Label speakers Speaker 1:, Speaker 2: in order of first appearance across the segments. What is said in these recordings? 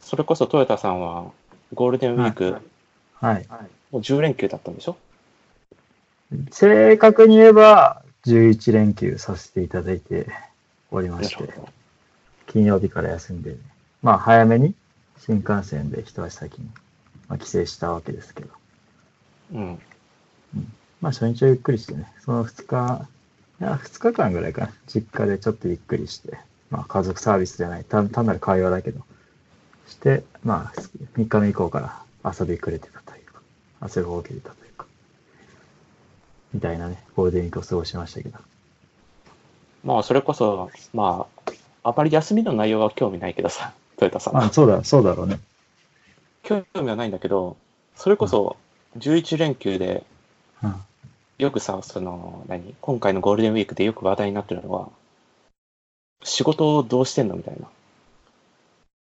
Speaker 1: それこそトヨタさんはゴールデンウィーク、
Speaker 2: はい。
Speaker 1: もう10連休だったんでしょ
Speaker 2: 正確に言えば、11連休させていただいておりま
Speaker 1: な
Speaker 2: し
Speaker 1: るほ
Speaker 2: て、
Speaker 1: ど。
Speaker 2: 金曜日から休んで、まあ早めに新幹線で一足先に、まあ、帰省したわけですけど、
Speaker 1: うん。
Speaker 2: まあ初日はゆっくりしてね、その2日、いや2日間ぐらいかな、実家でちょっとゆっくりして、まあ家族サービスじゃない、単単なる会話だけど、して、まあ3日目以降から遊びくれてたというか、遊びを受けてたというか、みたいなね、ゴールデンウィークを過ごしましたけど。
Speaker 1: まあ、それこそ、まあ、あまり休みの内容は興味ないけどさ、 トヨタさん
Speaker 2: まあ
Speaker 1: は。
Speaker 2: そうだ、そうだろうね。
Speaker 1: 興味はないんだけど、それこそ11連休で、
Speaker 2: うん
Speaker 1: よくさ、その、何今回のゴールデンウィークでよく話題になってるのは、仕事をどうしてんのみたいな。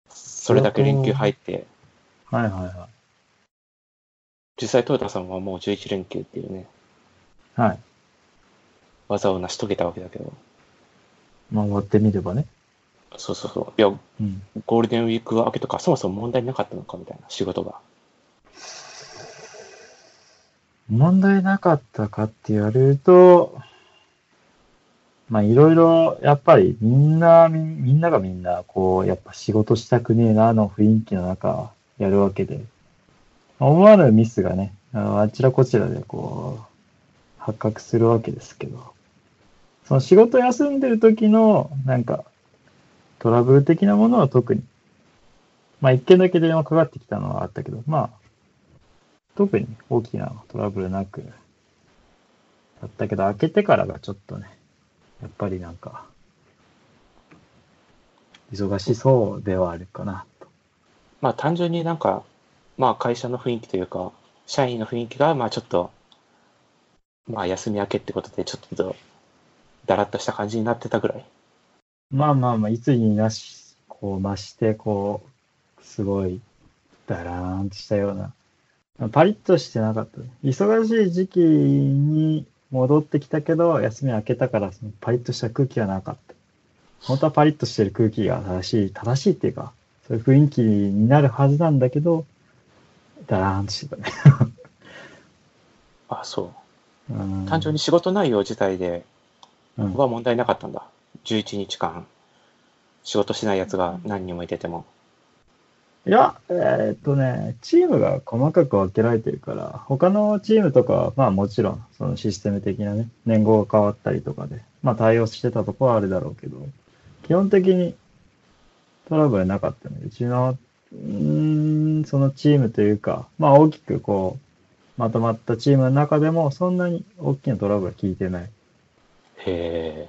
Speaker 1: それだけ連休入って、
Speaker 2: はいはいは
Speaker 1: 実際トヨタさんはもう11連休っていうね、
Speaker 2: い。はい。
Speaker 1: 技を成し遂げたわけだけど、
Speaker 2: まあ終わってみればね。
Speaker 1: そうそうそう。いや、
Speaker 2: うん。
Speaker 1: ゴールデンウィーク明けとか、そもそも問題なかったのかみたいな、仕事が。
Speaker 2: 問題なかったかって言われると、まあいろいろ、やっぱりみんな、みんみんながみんな、こう、やっぱ仕事したくねえなの雰囲気の中、やるわけで、まあ思わぬミスがね、あのあちらこちらでこう、発覚するわけですけど、その仕事休んでる時の、なんか、トラブル的なものは特に、まあ一件だけ電話かかってきたのはあったけど、まあ、特に大きなトラブルなく、だったけど、開けてからがちょっとね、やっぱりなんか、忙しそうではあるかな、と。
Speaker 1: まあ単純になんか、まあ会社の雰囲気というか、社員の雰囲気が、まあちょっと、まあ休み明けってことで、ちょっと、だらっとした感じになってたぐらい。
Speaker 2: まあまあまあ、いつになし、こう増して、こう、すごい、だらーんとしたような、パリッとしてなかったね。忙しい時期に戻ってきたけど、休み明けたから、そのパリッとした空気はなかった。本当はパリッとしてる空気が正しい、正しいっていうか、そういう雰囲気になるはずなんだけど、だらーんとしてたね。
Speaker 1: ああそう。
Speaker 2: うん
Speaker 1: 単純に仕事内容自体で
Speaker 2: うん
Speaker 1: は問題なかったんだ。11日間、仕事しない奴が何人もいてても。
Speaker 2: いや、えーっとね、チームが細かく分けられてるから、他のチームとかは、まあもちろん、そのシステム的なね、年号が変わったりとかで、まあ対応してたとこはあるだろうけど、基本的にトラブルなかったね。うちの、うーん、そのチームというか、まあ大きくこう、まとまったチームの中でも、そんなに大きなトラブルは聞いてない。
Speaker 1: へえ、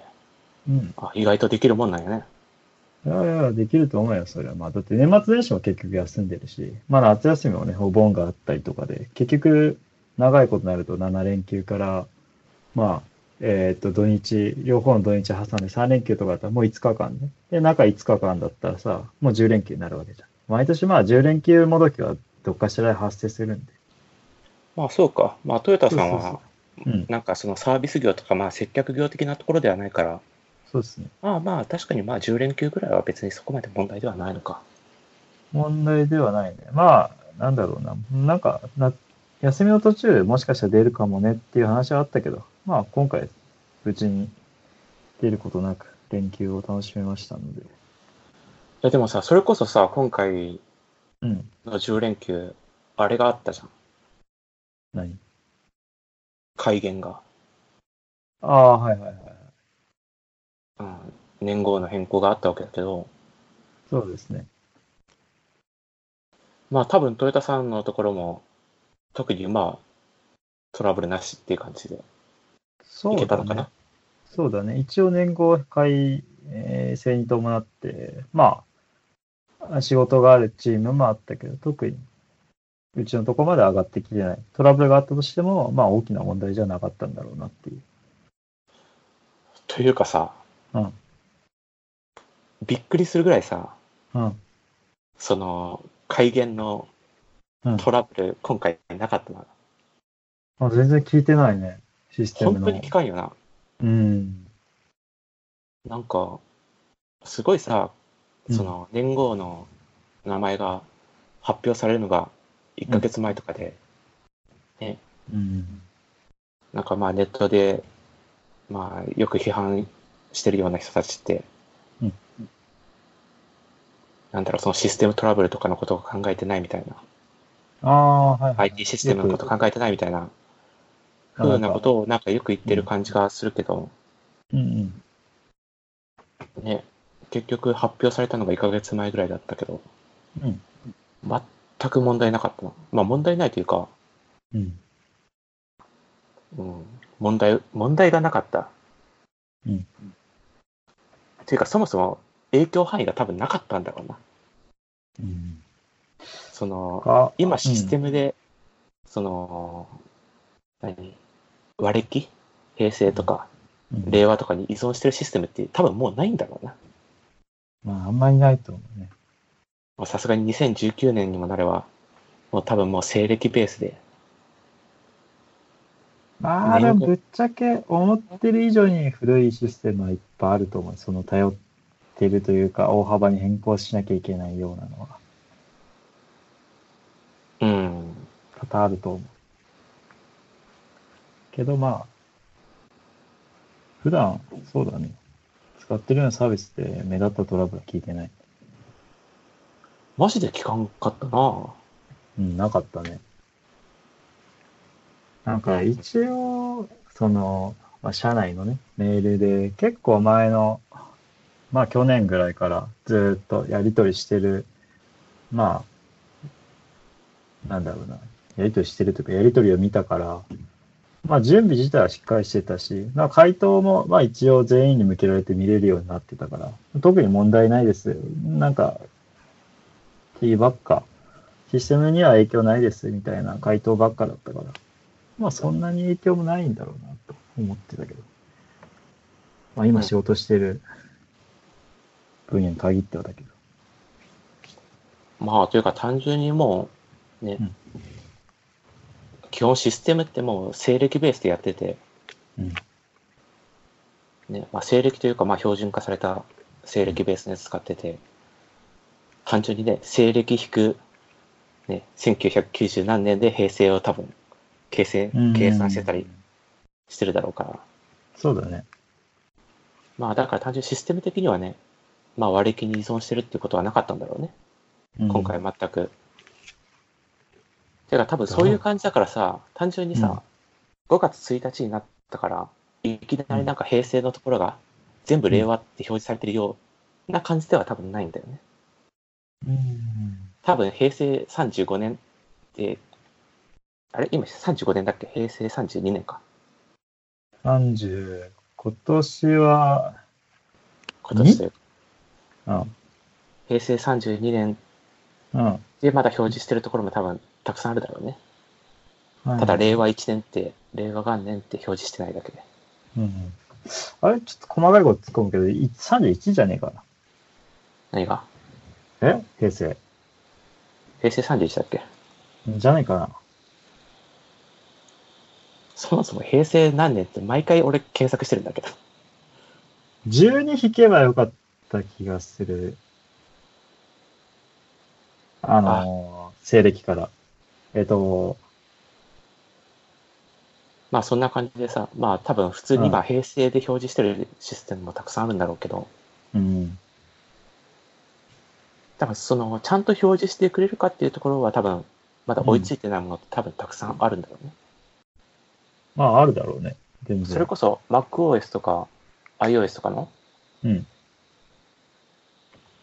Speaker 2: うん。
Speaker 1: あ意外とできるもんなんやね。
Speaker 2: いやいや、できると思うよ、それは。まあ、だって年末年始は結局休んでるし、まあ夏休みもね、お盆があったりとかで、結局、長いことになると7連休から、まあ、えーっと、土日、両方の土日挟んで3連休とかだったらもう5日間ね。で、中5日間だったらさ、もう10連休になるわけじゃん。毎年まあ10連休もどきはどっかしらで発生するんで。
Speaker 1: まあそうか。まあトヨタさん
Speaker 2: そうそう
Speaker 1: は、
Speaker 2: そううん
Speaker 1: なんかそのサービス業とか、まあ接客業的なところではないから、
Speaker 2: そうですね。
Speaker 1: まあまあ、確かにまあ10連休ぐらいは別にそこまで問題ではないのか。
Speaker 2: 問題ではないね。まあ、なんだろうな。なんか、な休みの途中、もしかしたら出るかもねっていう話はあったけど、まあ、今回、無事に出ることなく、連休を楽しめましたので。
Speaker 1: いやでもさ、それこそさ、今回
Speaker 2: うん。
Speaker 1: の10連休、あれがあったじゃん。
Speaker 2: 何
Speaker 1: 改元が。
Speaker 2: ああ、はいはいはい。
Speaker 1: うん。年号の変更があったわけだけど、
Speaker 2: そうですね。
Speaker 1: まあ多分トヨタさんのところも、特にまあ、トラブルなしっていう感じで
Speaker 2: そ
Speaker 1: いうけた
Speaker 2: だ
Speaker 1: のか
Speaker 2: ね
Speaker 1: な。。
Speaker 2: そうだね。一応年号改えー制に伴って、まあ、仕事があるチームもあったけど、特に、うちのとこまで上がってきてない。トラブルがあったとしても、まあ大きな問題じゃなかったんだろうなっていう。
Speaker 1: というかさ、
Speaker 2: うん
Speaker 1: びっくりするぐらいさ、
Speaker 2: うん。
Speaker 1: その、改元の
Speaker 2: うん
Speaker 1: トラブル、今回なかったな。
Speaker 2: あ全然聞いてないね。システム
Speaker 1: 本
Speaker 2: の。
Speaker 1: 当に機械よな。
Speaker 2: うん。
Speaker 1: なんか、すごいさ、
Speaker 2: うん
Speaker 1: その、年号の名前が発表されるのが1ヶ月前とかで、
Speaker 2: うん。
Speaker 1: なんかまあネットで、まあよく批判してるような人たちって、
Speaker 2: うん
Speaker 1: なんだろう、そのシステムトラブルとかのことを考えてないみたいな、
Speaker 2: ああ、はい、はい。
Speaker 1: IT システムのことを考えてないみたいな、
Speaker 2: よく
Speaker 1: ふうなことをなんかよく言ってる感じがするけど、
Speaker 2: うんうん。
Speaker 1: ね、結局発表されたのが1ヶ月前ぐらいだったけど、
Speaker 2: うん
Speaker 1: 全く問題なかったな。まあ問題ないというか、
Speaker 2: うん。
Speaker 1: うん、問題、問題がなかった。
Speaker 2: うん。
Speaker 1: というか、そもそも影響範囲が多分なかったんだろうな。
Speaker 2: うん。
Speaker 1: その、
Speaker 2: か
Speaker 1: 今システムで、その、何和暦平成とか、
Speaker 2: うん
Speaker 1: 令和とかに依存してるシステムって多分もうないんだろうな。
Speaker 2: まあ、あんまりないと思うね。
Speaker 1: もうさすがに2019年にもなれば、もう多分もう西暦ベースで、
Speaker 2: まあ、でもぶっちゃけ思ってる以上に古いシステムはいっぱいあると思う。その頼ってるというか、大幅に変更しなきゃいけないようなのは
Speaker 1: うん、
Speaker 2: 多々あると思う。けどまあ、普段、そうだね。使ってるようなサービスで目立ったトラブルは聞いてない。
Speaker 1: マジで聞かんかったな。
Speaker 2: うん、なかったね。なんか一応、その、まあ、社内のね、メールで結構前の、まあ去年ぐらいからずっとやりとりしてる、まあ、なんだろうな、やりとりしてるというか、やりとりを見たから、まあ準備自体はしっかりしてたし、まあ回答もまあ一応全員に向けられて見れるようになってたから、特に問題ないです。なんか、ティーばっかシステムには影響ないですみたいな回答ばっかだったから、まあそんなに影響もないんだろうなと思ってたけど、まあ今仕事してる分野に限ってはだけど。
Speaker 1: まあ、というか単純にもう、ね、
Speaker 2: うん
Speaker 1: 基本システムってもう西暦ベースでやってて、
Speaker 2: うん。
Speaker 1: ね、まあ、西暦というか、まあ、標準化された西暦ベースのやつ使ってて、単純にね、西暦引く、ね、1990何年で平成を多分、計算、計算してたり。してるだろうから、
Speaker 2: そうだね。
Speaker 1: まあ、だから単純にシステム的にはね、まあ、割引に依存してるってことはなかったんだろうね。
Speaker 2: うん
Speaker 1: 今回。全く。てか多分そういう感じだからさ、単純にさ、5月1日になったから、いきなりなんか平成のところが全部令和って表示されてるような感じでは多分ないんだよね。
Speaker 2: うん。
Speaker 1: 多分平成35年って、あれ今35年だっけ平成32年か。
Speaker 2: 30、今年は、
Speaker 1: 今年というか
Speaker 2: うん。
Speaker 1: 平成32年
Speaker 2: うん。
Speaker 1: でまだ表示してるところも多分たくさんあるだろうね。ただ
Speaker 2: ね。
Speaker 1: 令和1年って、令和元年って表示してないだけで。
Speaker 2: うん。あれちょっと細かいこと突っ込むけど、い31じゃねえか
Speaker 1: 何が
Speaker 2: な。え平成。
Speaker 1: 平成31だっけ
Speaker 2: じゃねえかな。
Speaker 1: そもそも平成何年って毎回俺検索してるんだけど。
Speaker 2: 12引けばよかった気がする。あのー西暦から。えっ、と、
Speaker 1: まあそんな感じでさ、まあ多分普通に
Speaker 2: う
Speaker 1: 今
Speaker 2: ん
Speaker 1: 平成で表示してるシステムもたくさんあるんだろうけど、
Speaker 2: うん。
Speaker 1: 多分そのちゃんと表示してくれるかっていうところは多分まだ追いついてないものって多分たくさんあるんだろうね。
Speaker 2: まあ、あるだろうね。全然。
Speaker 1: それこそ MacOS とか iOS とかの
Speaker 2: うん。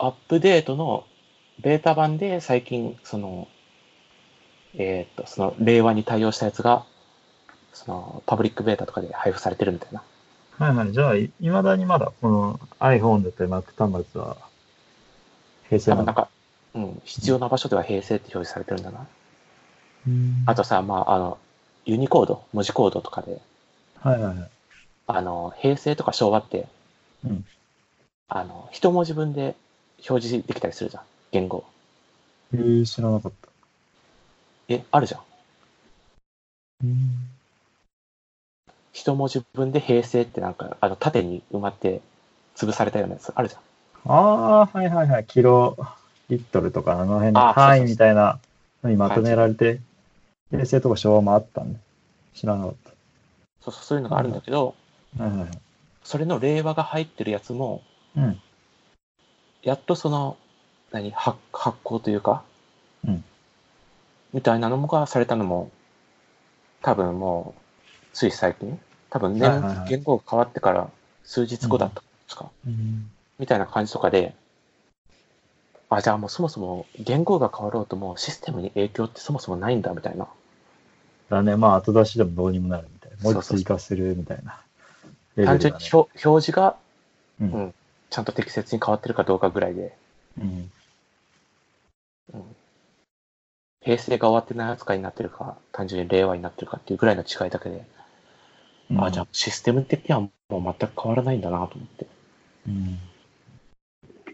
Speaker 1: アップデートのベータ版で最近その、えーっと、その令和に対応したやつが、そのパブリックベータとかで配布されてるみたいな。
Speaker 2: はいはい。じゃあ、い未だにまだ、この iPhone だったり Mac 端末は、平
Speaker 1: 多
Speaker 2: 成な
Speaker 1: 分なん
Speaker 2: の。
Speaker 1: か、うん、必要な場所では平成って表示されてるんだな。
Speaker 2: うん
Speaker 1: あとさ、まあ、あの、ユニコード、文字コードとかで、
Speaker 2: はいはいはい。
Speaker 1: あの、平成とか昭和って、
Speaker 2: うん
Speaker 1: あの、一文字分で表示できたりするじゃん、言語。
Speaker 2: えー、知らなかった。
Speaker 1: え、あるじゃん。
Speaker 2: うん。
Speaker 1: 一文字分で平成ってなんか、あの、縦に埋まって潰されたようなやつあるじゃん。
Speaker 2: ああ、はいはいはい。キロ、リットルとかあの辺
Speaker 1: あそうそ
Speaker 2: の
Speaker 1: う
Speaker 2: 単
Speaker 1: そ
Speaker 2: 位
Speaker 1: う
Speaker 2: みたいなのにまとめられて、平成とか昭和もあったんで、知らなかっ
Speaker 1: そうそうそういうのがあるんだけど、
Speaker 2: た。はいはいはい
Speaker 1: それの令和が入ってるやつも、
Speaker 2: うん
Speaker 1: やっとその、何、発発行というか、
Speaker 2: うん
Speaker 1: みたいなのもがされたのも、多分もう、つい最近、多分年、
Speaker 2: はいはいはい
Speaker 1: 言語が変わってから数日後だったんですか、
Speaker 2: うん
Speaker 1: みたいな感じとかで、あ、じゃあもうそもそも言語が変わろうともうシステムに影響ってそもそもないんだみたいな。
Speaker 2: だね、まあ後出しでもどうにもなるみたいな。も
Speaker 1: そう
Speaker 2: う一
Speaker 1: そうそう
Speaker 2: 追加するみたいなレベ
Speaker 1: 単
Speaker 2: ルだね。
Speaker 1: 純に表表示が
Speaker 2: うん
Speaker 1: うんちゃんと適切に変わってるかどうかぐらいで、
Speaker 2: うん
Speaker 1: 平成が終わってない扱いになってるか、単純に令和になってるかっていうぐらいの違いだけで、
Speaker 2: うん
Speaker 1: あ、じゃあシステム的にはもう全く変わらないんだなと思って。
Speaker 2: うん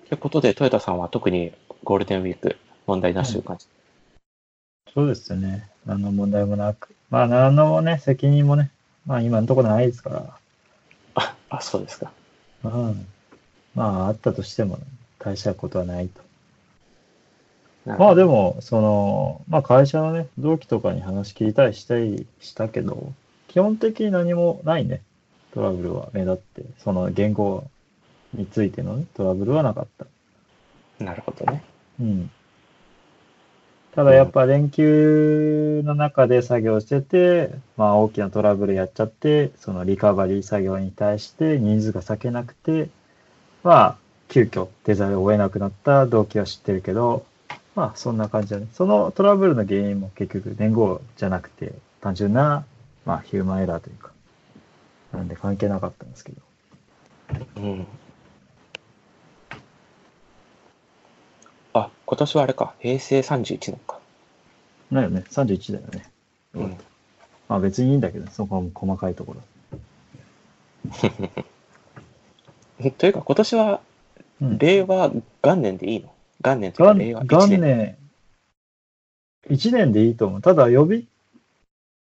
Speaker 1: ということで、トヨタさんは特にゴールデンウィーク問題なしという感じ。
Speaker 2: そうですね。何の問題もなく。まあ、何のね、責任もね、まあ今のところないですから。
Speaker 1: あ、あ、そうですか。
Speaker 2: うん。まあ、あったとしても、ね、大したことはないと。
Speaker 1: なる
Speaker 2: ま
Speaker 1: ほ
Speaker 2: あ
Speaker 1: ど
Speaker 2: でも、その、まあ会社のね、同期とかに話聞いたりしたりしたけど、基本的に何もないね。トラブルは目立って、その言語についての、ね、トラブルはなかった。
Speaker 1: なるほどね。
Speaker 2: うん。ただやっぱ連休の中で作業してて、まあ大きなトラブルやっちゃって、そのリカバリー作業に対して人数が割けなくて、まあ急遽出ざるを得なくなった動機は知ってるけど、まあそんな感じだね。そのトラブルの原因も結局年号じゃなくて、単純な、まあヒューマンエラーというか、なんで関係なかったんですけど。
Speaker 1: うん。あ、今年はあれか。平成31年か。
Speaker 2: ないよね。31だよね。
Speaker 1: うん。
Speaker 2: まあ別にいいんだけど、そこはもう細かいところ。
Speaker 1: えというか、今年は
Speaker 2: うん
Speaker 1: 令和元年でいいの元年というか
Speaker 2: 元
Speaker 1: 令和1年。
Speaker 2: 年、1年でいいと思う。ただ、呼び、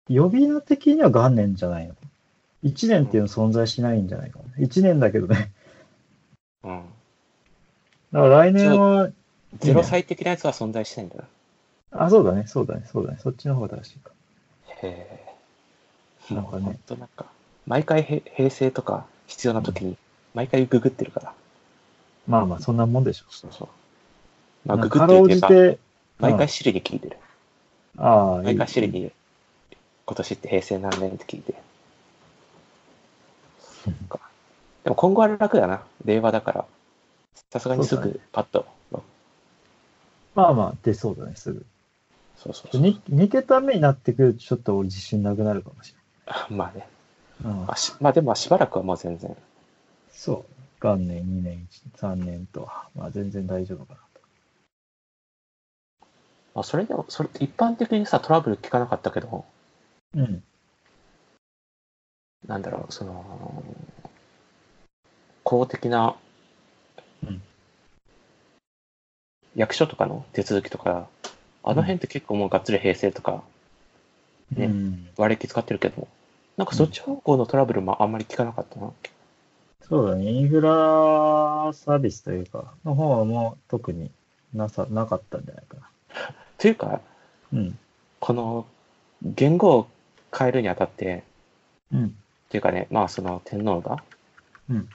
Speaker 2: 呼び名的には元年じゃないの。1年っていうの存在しないんじゃないかな。1年だけどね。
Speaker 1: うん。
Speaker 2: だから来年は、
Speaker 1: ゼロ歳的なやつは存在してないんだな。
Speaker 2: あ、そうだね、そうだね、そうだね。そっちの方が正しいか。
Speaker 1: へえ。
Speaker 2: なんか
Speaker 1: も
Speaker 2: ね
Speaker 1: うほんとなんか、毎回へ平成とか必要な時に、毎回ググってるから。
Speaker 2: まあまあ、そんなもんでしょ
Speaker 1: そうそう。まあ、
Speaker 2: う。
Speaker 1: ググ
Speaker 2: か
Speaker 1: っ
Speaker 2: ろう
Speaker 1: てる
Speaker 2: じ
Speaker 1: というか、
Speaker 2: て、
Speaker 1: 毎回シリに聞いてる。
Speaker 2: ああ、い
Speaker 1: 毎
Speaker 2: い
Speaker 1: 回シリに、今年って平成何年って聞いて。そっか。でも今後は楽だな。令和だから。さすがにす
Speaker 2: そうだ
Speaker 1: ぐパッと。
Speaker 2: まあまあ、出そうだね、すぐ。
Speaker 1: そうそうそう。
Speaker 2: 2, 二桁目になってくると、ちょっと俺自信なくなるかもし
Speaker 1: まあね。
Speaker 2: れない。うん
Speaker 1: あ、しまあでもしばらくはもう全然。
Speaker 2: そう。元年、2年、3年とは、まあ全然大丈夫かなと。
Speaker 1: まあそれでも、それ一般的にさ、トラブル聞かなかったけど、
Speaker 2: うん。
Speaker 1: なんだろう、その、公的な
Speaker 2: うん
Speaker 1: 役所とかの手続きとか、あの辺って結構もうがっつり平成とかね
Speaker 2: うん
Speaker 1: 割引使ってるけど、なんかそっち方向のトラブルもあんまり聞かなかったな。
Speaker 2: そうだね、インフラサービスというか、の方はもう特になさなかったんじゃないか
Speaker 1: というか、
Speaker 2: な。うん。
Speaker 1: この言語を変えるにあたって、
Speaker 2: うん。
Speaker 1: というかね、まあその天皇が、
Speaker 2: うん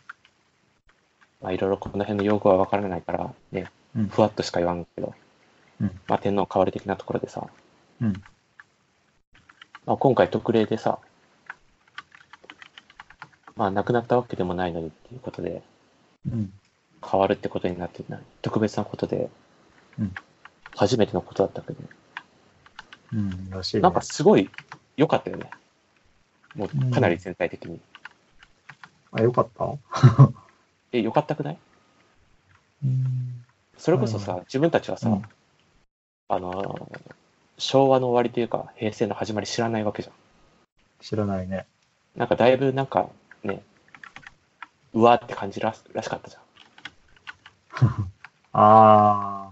Speaker 1: まあいろいろこの辺の用語はわからないから、ね
Speaker 2: うん、
Speaker 1: ふわっとしか言わんけど、
Speaker 2: うん
Speaker 1: まあ天皇代わり的なところでさ、
Speaker 2: うん。
Speaker 1: まあ、今回特例でさ、まあ亡くなったわけでもないのにっていうことで、
Speaker 2: うん。
Speaker 1: 変わるってことになってない、特別なことで
Speaker 2: うん、
Speaker 1: 初めてのことだったけど、
Speaker 2: うん。らしい、ね。
Speaker 1: なんかすごい良かったよね。もうかなり全体的に。
Speaker 2: あ、よかった
Speaker 1: え、良かったくない
Speaker 2: うん。
Speaker 1: それこそさ、自分たちはさ、
Speaker 2: うん
Speaker 1: あのー昭和の終わりというか、平成の始まり知らないわけじゃ
Speaker 2: 知らないね。
Speaker 1: ん。なんかだいぶなんかね、うわーって感じららしかったじゃん。
Speaker 2: あ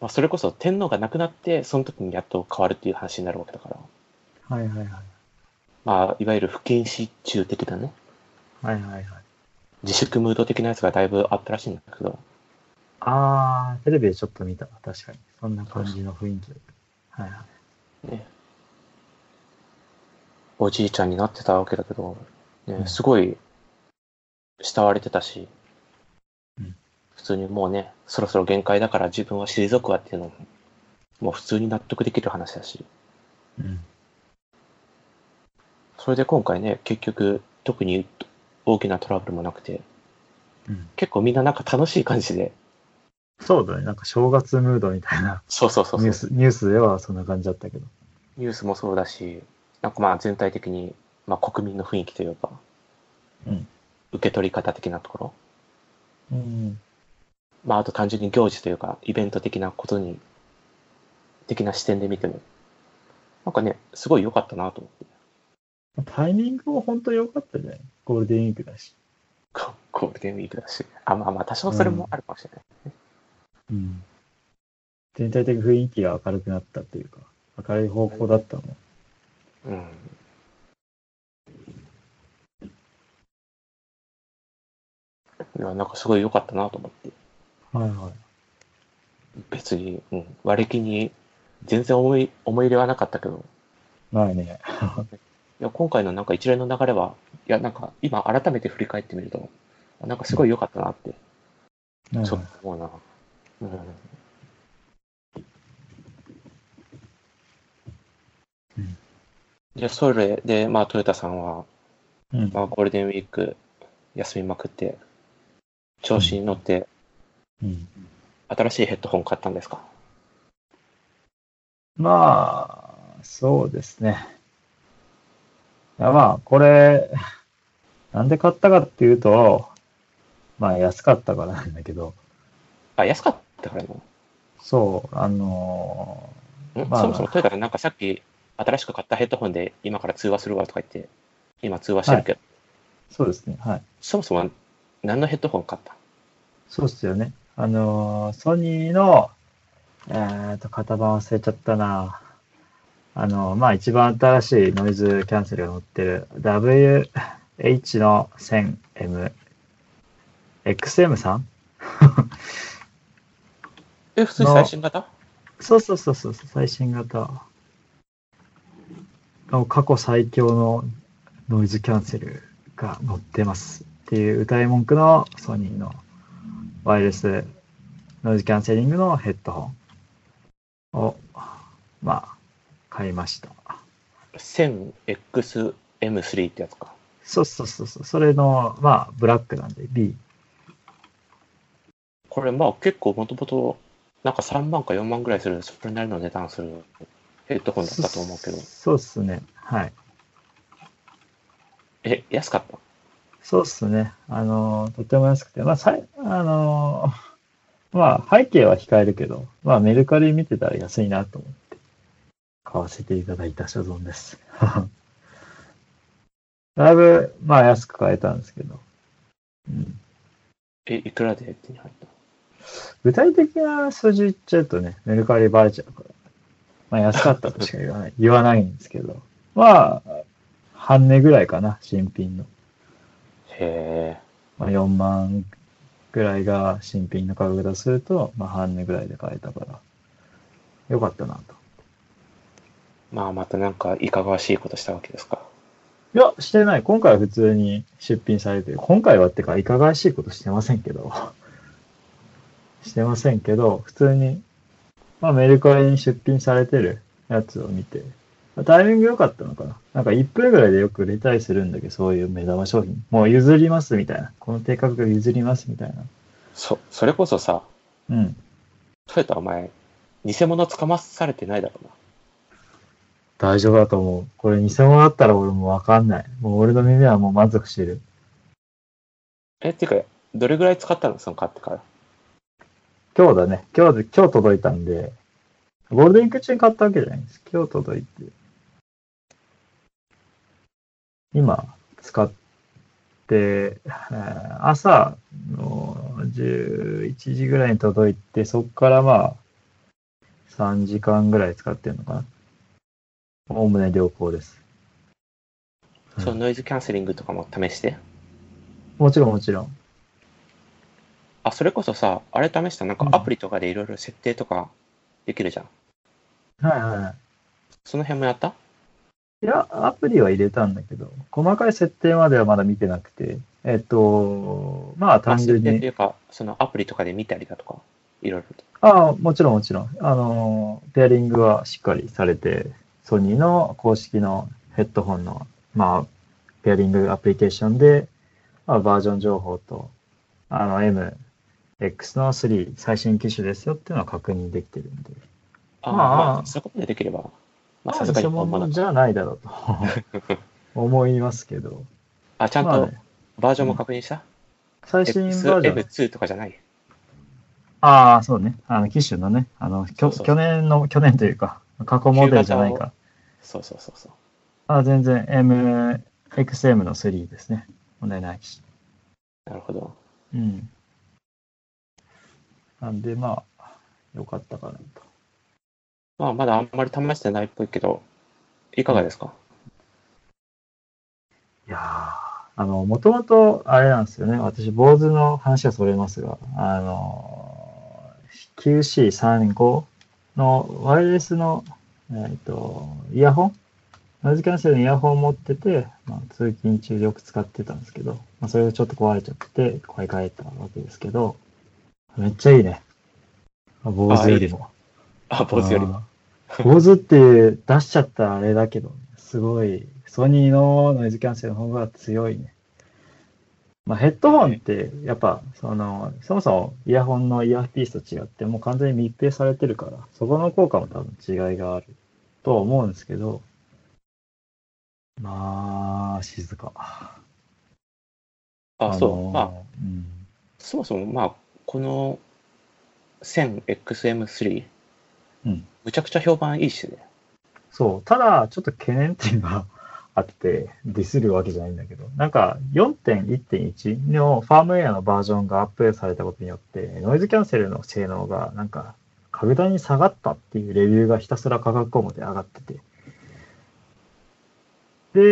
Speaker 1: まあ、それこそ天皇が亡くなって、その時にやっと変わるっていう話になるわけだから、
Speaker 2: あ。はいはいはい。
Speaker 1: まあ、いわゆる不謹慎中的なね、
Speaker 2: はいはいはい。
Speaker 1: 自粛ムード的なやつがだいぶあったらしいんだけど、
Speaker 2: ああ、テレビでちょっと見た。確かに。そんな感じの雰囲気だった。はいはい。
Speaker 1: ね、おじいちゃんになってたわけだけど、
Speaker 2: う
Speaker 1: ね、
Speaker 2: ん
Speaker 1: すごい慕われてたし、
Speaker 2: うん
Speaker 1: 普通にもうね、そろそろ限界だから自分は退くわっていうのも、もう普通に納得できる話だし、
Speaker 2: うん。
Speaker 1: それで今回ね、結局、特に大きなトラブルもなくて、
Speaker 2: うん、
Speaker 1: 結構みんななんか楽しい感じで、
Speaker 2: そうだね。なんか正月ムードみたいな
Speaker 1: そうそうそうそう
Speaker 2: ニュース、ニュースではそんな感じだったけど。
Speaker 1: ニュースもそうだし、なんかまあ全体的に、まあ、国民の雰囲気というか、
Speaker 2: うん
Speaker 1: 受け取り方的なところ、
Speaker 2: うん。
Speaker 1: まあ、あと単純に行事というか、イベント的なことに、的な視点で見ても、なんかね、すごい良かったなと思って。
Speaker 2: タイミングも本当良かったじゃないゴールデンウィークだし。
Speaker 1: ゴゴールデンウィークだし、あまあまあ、多少それもあるかもしれない。
Speaker 2: うん。全体的雰囲気が明るくなったっていうか、明るい方向だったもん。
Speaker 1: うん。いや、なんかすごい良かったなと思って。
Speaker 2: はいはい。
Speaker 1: 別に、うん、割り気に全然思い思い入れはなかったけど、
Speaker 2: ないね。
Speaker 1: いや今回のなんか一連の流れは、いや、なんか今改めて振り返ってみると、あなんかすごい良かったなって、
Speaker 2: はい
Speaker 1: ちょ
Speaker 2: はい
Speaker 1: っと思うな。うん、
Speaker 2: うん
Speaker 1: で、それで、まあ、トヨタさんは、
Speaker 2: うん
Speaker 1: まあ、ゴールデンウィーク休みまくって、調子に乗って、
Speaker 2: うん。
Speaker 1: 新しいヘッドホン買ったんですか
Speaker 2: まあ、そうですね。いやまあ、これ、なんで買ったかっていうと、まあ安かったからなんだけど、
Speaker 1: あ、安かったからな。
Speaker 2: そう、あの
Speaker 1: ん
Speaker 2: まあ
Speaker 1: そもそもトヨタがなんかさっき新しく買ったヘッドホンで今から通話するわとか言って今通話してるけど、
Speaker 2: ーそうですね、はい。
Speaker 1: そもそも何のヘッドホン買った
Speaker 2: そうっすよね。あのーソニーの、えーと、型番忘れちゃったな。あのーまあ一番新しいノイズキャンセルが載ってる WH の 1000M、XM さん
Speaker 1: え普通に最新型
Speaker 2: そうそうそうそう、最新型。の過去最強のノイズキャンセルが載ってますっていう歌い文句のソニーのワイヤレスノイズキャンセリングのヘッドホンを、まあ、買いました。
Speaker 1: 1000XM3 ってやつか
Speaker 2: そうそうそうそう、それの、まあ、ブラックなんで B。
Speaker 1: これまあ結構もともとなんか3万か4万ぐらいするそれなりの値段するヘッドホンだったと思うけど
Speaker 2: そうっすね。はい。
Speaker 1: え安かった
Speaker 2: そうっすね。あの、とても安くて、まあ、さいあの、まあ、背景は控えるけど、まあ、メルカリ見てたら安いなと思って、買わせていただいた所存です。 だいぶ、まあ、安く買えたんですけど、うん、
Speaker 1: えいくらで手に入った
Speaker 2: 具体的な数字言っちゃうとね、メルカリバレちゃうから、まあ、安かったとしか言わない、言わないんですけど、まあ、半値ぐらいかな、新品の。
Speaker 1: へえ
Speaker 2: まあ、4万ぐらいが新品の価格だとすると、まあ、半値ぐらいで買えたから、よかったなと。
Speaker 1: まあまたなんかいかがわしいことしたわけですか
Speaker 2: いや、してない。今回は普通に出品されてる。今回はってか、いかがわしいことしてませんけど。 してませんけど、普通に、まあ、メルカリに出品されてるやつを見て、まあタイミング良かったのかな。なんか1分ぐらいでよく売れたりするんだけど、そういう目玉商品。もう譲りますみたいな。この低価格譲りますみたいな。
Speaker 1: そそれこそさ
Speaker 2: うん。
Speaker 1: トヨタお前偽物捕まされてないだろうな
Speaker 2: 大丈夫だと思う。これ偽物だったら俺もうわかんない。もう俺の耳はもう満足してる。
Speaker 1: え、っていうか、どれぐらい使ったのその買ってから。
Speaker 2: 今日だね。今日で、今日届いたんで、ゴールデンウィーク中に買ったわけじゃないんです。今日届いて。今、使って、えー朝の11時ぐらいに届いて、そっからまあ、3時間ぐらい使ってるのかな。おおむね良好です。うん
Speaker 1: そのノイズキャンセリングとかも試して。
Speaker 2: もちろんもちろん。
Speaker 1: あ、それこそさ、あれ試した、なんかアプリとかでいろいろ設定とかできるじゃん。
Speaker 2: はいはいはい。
Speaker 1: その辺もやった
Speaker 2: いや、アプリは入れたんだけど、細かい設定まではまだ見てなくて、えっと、まあ単
Speaker 1: 設
Speaker 2: 純
Speaker 1: 定とい
Speaker 2: に、
Speaker 1: うか、そのアプリとかで見たりだとか、いろいろと。
Speaker 2: ああ、もちろんもちろん、あの、ペアリングはしっかりされて、ソニーの公式のヘッドホンの、まあ、ペアリングアプリケーションで、まあ、バージョン情報と、あの、MX の3、最新機種ですよっていうのは確認できてるんで、
Speaker 1: あ
Speaker 2: まあ
Speaker 1: まあ、そういうことでできれば、まあ、
Speaker 2: ま
Speaker 1: さ
Speaker 2: あ、
Speaker 1: すが
Speaker 2: 偽
Speaker 1: に本物
Speaker 2: 物
Speaker 1: だ
Speaker 2: じゃないだろうと思いますけど、
Speaker 1: あ、ちゃん
Speaker 2: まあ
Speaker 1: と
Speaker 2: ね
Speaker 1: バージョンも確認した、
Speaker 2: 最新バージョン
Speaker 1: ?XM2 とかじゃない。
Speaker 2: ああ、そうね。あの、機種のね、あの、きょ
Speaker 1: そうそう
Speaker 2: 去年の、去年というか、過去モデルじゃない
Speaker 1: 旧型
Speaker 2: か。
Speaker 1: そうそうそうそう。
Speaker 2: ああ、全然、M、XM の3ですね。問題ないし。
Speaker 1: なるほど。
Speaker 2: うん。なんで、まあ、よかったかなと。
Speaker 1: まあ、まだあんまり試してないっぽいけど、いかがですか、
Speaker 2: いやーあの、もともと、あれなんですよね。私、坊主の話はそれますが、あのー、QC35 のワイヤレスの、えっ、と、イヤホンノイズキャンセルのイヤホンを持ってて、まあ、通勤中よく使ってたんですけど、まあ、それがちょっと壊れちゃって、買い替えたわけですけど、めっちゃいいね。坊主よりも。
Speaker 1: あ、坊主よりも。
Speaker 2: あー。坊主って出しちゃったらあれだけど、すごい、ソニーのノイズキャンセルの方が強いね。まあ、ヘッドホンって、やっぱ、その、そもそもイヤホンのイヤーピースと違って、もう完全に密閉されてるから、そこの効果も多分違いがあるとは思うんですけど、まあ、静か。
Speaker 1: あ、そう。まあ、
Speaker 2: うん。
Speaker 1: そもそも、まあ、この 1000XM3、
Speaker 2: うん
Speaker 1: むちゃくちゃ評判いいしね。
Speaker 2: そう、ただ、ちょっと懸念点があって、ディスるわけじゃないんだけど、なんか4.1.1のファームウェアのバージョンがアップデートされたことによって、ノイズキャンセルの性能がなんか格段に下がったっていうレビューがひたすら価格項目で上がってて。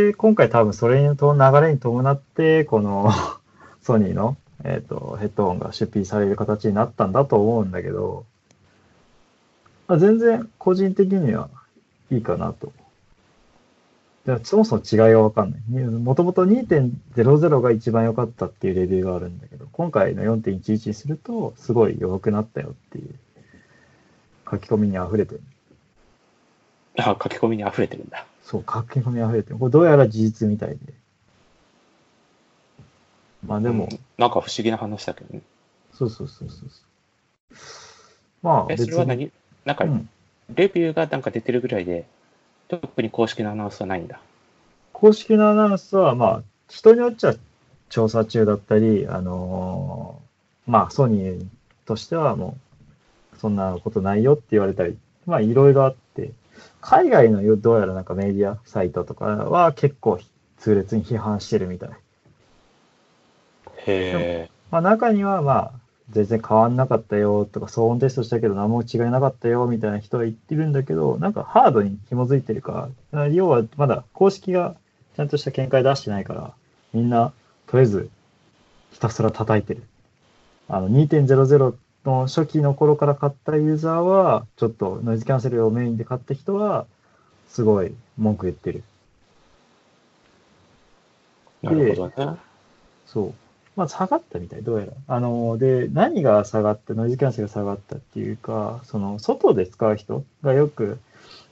Speaker 2: で、今回多分それの流れに伴って、この ソニーの、えー、とヘッドホンが出品される形になったんだと思うんだけど、まあ、全然個人的にはいいかなと。でそもそも違いがわかんない。もともと2.00が一番良かったっていうレビューがあるんだけど、今回の4.11にすると、すごい弱くなったよっていう書き込みに溢れてる。
Speaker 1: あ、書き込みに溢れてるんだ。
Speaker 2: そう、書き込みに溢れてる。これどうやら事実みたいで。まあでも、
Speaker 1: うんなんか不思議な話だけどね。
Speaker 2: そうそうそうそうそう。まあ
Speaker 1: え、
Speaker 2: 別
Speaker 1: それは
Speaker 2: に。
Speaker 1: 何なんか
Speaker 2: う、ん
Speaker 1: レビューがなんか出てるぐらいで、特に公式のアナウンスはないんだ。
Speaker 2: 公式のアナウンスは、まあ、人によっちゃ調査中だったり、あのーまあ、ソニーとしてはもう、そんなことないよって言われたり、まあ、いろいろあって、海外のよどうやらなんかメディアサイトとかは結構痛烈に批判してるみたい。
Speaker 1: へえ。
Speaker 2: まあ、中には、まあ、全然変わんなかったよとか、騒音テストしたけど何も違いなかったよみたいな人は言ってるんだけど、なんかハードに紐づいてるから、要はまだ公式がちゃんとした見解出してないから、みんな、とりあえず、ひたすら叩いてる。あの、2.00の初期の頃から買ったユーザーは、ちょっとノイズキャンセルをメインで買った人は、すごい文句言ってる。
Speaker 1: なるほどね。
Speaker 2: そう。まあ、下がったみたい、どうやら。あの、で、何が下がった、ノイズキャンセルが下がったっていうか、その、外で使う人がよく、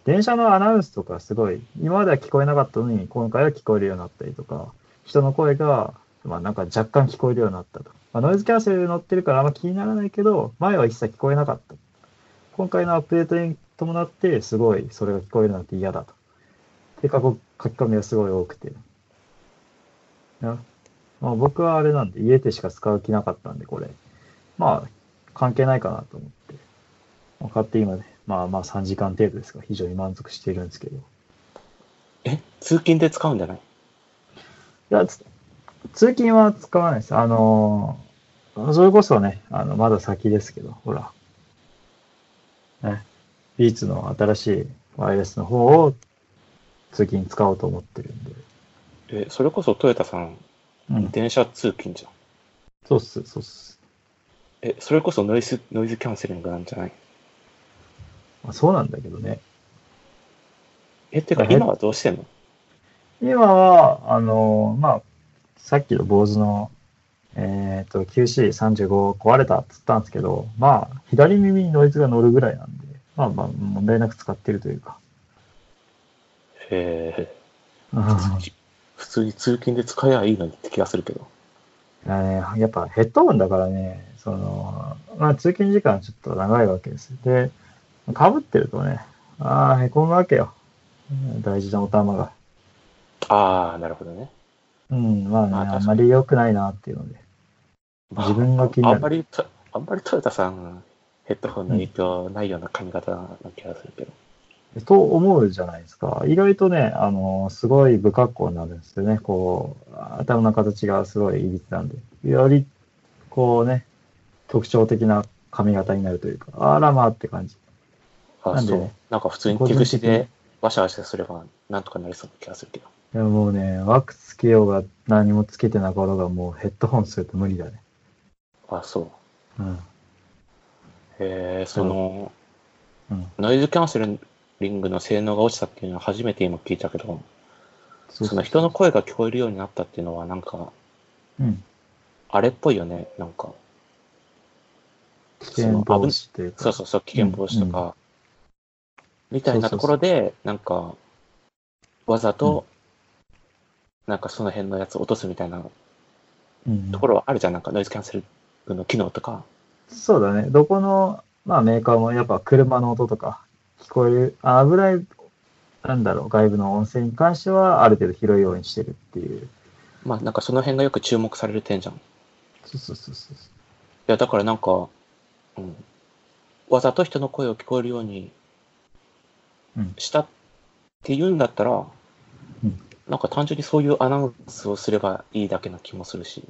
Speaker 2: 電車のアナウンスとかすごい、今までは聞こえなかったのに、今回は聞こえるようになったりとか、人の声が、まあ、なんか若干聞こえるようになったと。まあ、ノイズキャンセル乗ってるからあんま気にならないけど、前は一切聞こえなかった。今回のアップデートに伴って、すごい、それが聞こえるなんて嫌だと。で、過去書き込みがすごい多くて。なまあ、僕はあれなんで、家でしか使う気なかったんで、これ。まあ、関係ないかなと思って。まあ買って今ね、まあまあ3時間程度ですが、非常に満足しているんですけど。い
Speaker 1: え、通勤で使うんじゃない
Speaker 2: や、つ通勤は使わないです。あのーそれこそね、あの、まだ先ですけど、ほら。ね、ビーツの新しいワイヤレスの方を通勤に使おうと思ってるんで。
Speaker 1: え、それこそトヨタさん、
Speaker 2: うん、
Speaker 1: 電車通勤じゃん。
Speaker 2: そうっす、そうっす。
Speaker 1: え、それこそノイズ、ノイズキャンセリングなんじゃない
Speaker 2: まあ、そうなんだけどね。
Speaker 1: え、てか
Speaker 2: はい
Speaker 1: 今はどうしてんの
Speaker 2: 今は、あの、まあ、さっきの坊主の、えっ、と、QC35 壊れたっつったんですけど、まあ、左耳にノイズが乗るぐらいなんで、まあまあ、問題なく使ってるとい うか。
Speaker 1: へえ。
Speaker 2: うん
Speaker 1: 普通に通勤で使えばいいのにって気がするけど。
Speaker 2: いやねやっぱヘッドホンだからね、その、まあ通勤時間ちょっと長いわけです。で、被ってるとね、ああ、へこむわけよ。うん大事なお玉が。
Speaker 1: ああ、なるほどね。
Speaker 2: うん、まあね、
Speaker 1: まあ確か
Speaker 2: あ
Speaker 1: に
Speaker 2: んまり良くないなっていうので。
Speaker 1: まあ
Speaker 2: 自分が気にな
Speaker 1: あ
Speaker 2: る
Speaker 1: んまりと、あんまりトヨタさん、ヘッドホンの影響ないような髪型な気がするけど。
Speaker 2: と思うじゃないですか。意外とね、あの、すごい不格好になるんですよね。こう、頭の形がすごいいびつなんで。より、こうね、特徴的な髪型になるというか、あらまあって感じ。
Speaker 1: あ
Speaker 2: なんで
Speaker 1: そう。なんか普通に手ぐしでワシャワシャすればなんとかなりそうな気がするけど。
Speaker 2: いやもうね、枠つけようが何もつけてなかろうがもうヘッドホンすると無理だね。
Speaker 1: あそう。
Speaker 2: うん。
Speaker 1: へえ、その、
Speaker 2: うん。
Speaker 1: ノイズキャンセリングの性能が落ちたっていうのは初めて今聞いたけど、
Speaker 2: そ
Speaker 1: その人の声が聞こえるようになったっていうのはなんか、
Speaker 2: うん。
Speaker 1: あれっぽいよね、なんか。
Speaker 2: 危険防止っていう
Speaker 1: そう
Speaker 2: か。
Speaker 1: そうそう、危険防止とか、みたいなところで、なんか、わざと、なんかその辺のやつ落とすみたいな
Speaker 2: うん
Speaker 1: ところはあるじゃん、なんかノイズキャンセルの機能とか。
Speaker 2: そうだね。どこの、まあメーカーもやっぱ車の音とか聞こえる、あ危ない、なんだろう、外部の音声に関してはある程度拾いようにしてるっていう。
Speaker 1: まあなんかその辺がよく注目される点じゃん。い
Speaker 2: そうそうそうそう。
Speaker 1: や、だからなんか、うん、わざと人の声を聞こえるように
Speaker 2: うん
Speaker 1: したっていうんだったら、
Speaker 2: うん
Speaker 1: なんか単純にそういうアナウンスをすればいいだけな気もするし。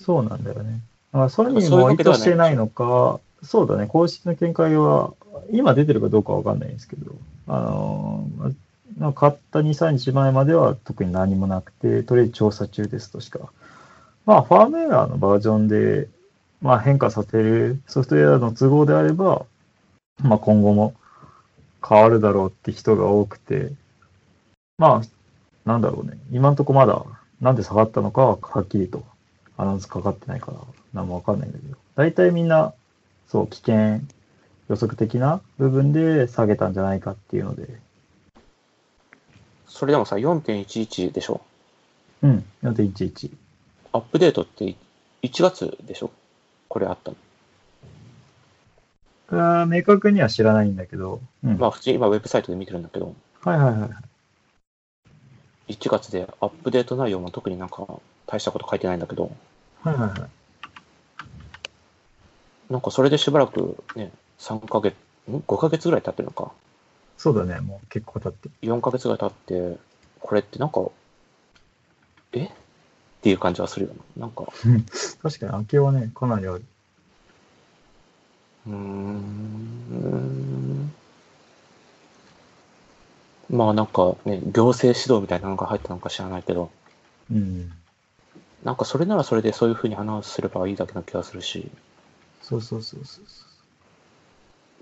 Speaker 2: そうなんだよね。まあ、それに
Speaker 1: そういう
Speaker 2: も
Speaker 1: わ
Speaker 2: 意
Speaker 1: けで
Speaker 2: 図
Speaker 1: はない
Speaker 2: してないのか、そうだね、公式の見解は、今出てるかどうかわかんないんですけど、あのーままあ買った2、3日前までは特に何もなくて、とりあえず調査中ですとしか。まあ、ファームウェアのバージョンで、まあ、変化させるソフトウェアの都合であれば、まあ、今後も変わるだろうって人が多くて、まあ、なんだろうね、今んとこまだ、なんで下がったのかははっきりとアナウンスかかってないから、何もわかんないんだけど、大体みんな、そう、危険予測的な部分で下げたんじゃないかっていうので、
Speaker 1: それでもさ、4.11でしょ
Speaker 2: うん、4.11。
Speaker 1: アップデートって1月でしょこれあったの。
Speaker 2: あー明確には知らないんだけど、うん、
Speaker 1: まあ普通に今ウェブサイトで見てるんだけど、
Speaker 2: はいはいはい。
Speaker 1: 1月でアップデート内容も特になんか大したこと書いてないんだけど、
Speaker 2: はいはいはい。
Speaker 1: なんかそれでしばらくね、3ヶ月、ん ?5 ヶ月ぐらい経ってるのか。
Speaker 2: そうだね、もう結構経って。
Speaker 1: 4ヶ月ぐらい経って、これってなんか、えっていう感じはするよな。なんか、
Speaker 2: 確かに、明けはね、かなりある。
Speaker 1: うーん。まあなんかね、行政指導みたいなのが入ったのか知らないけど、
Speaker 2: うん。
Speaker 1: なんかそれならそれでそういうふうにアナウンスすればいいだけな気がするし、
Speaker 2: そうそうそうそうそ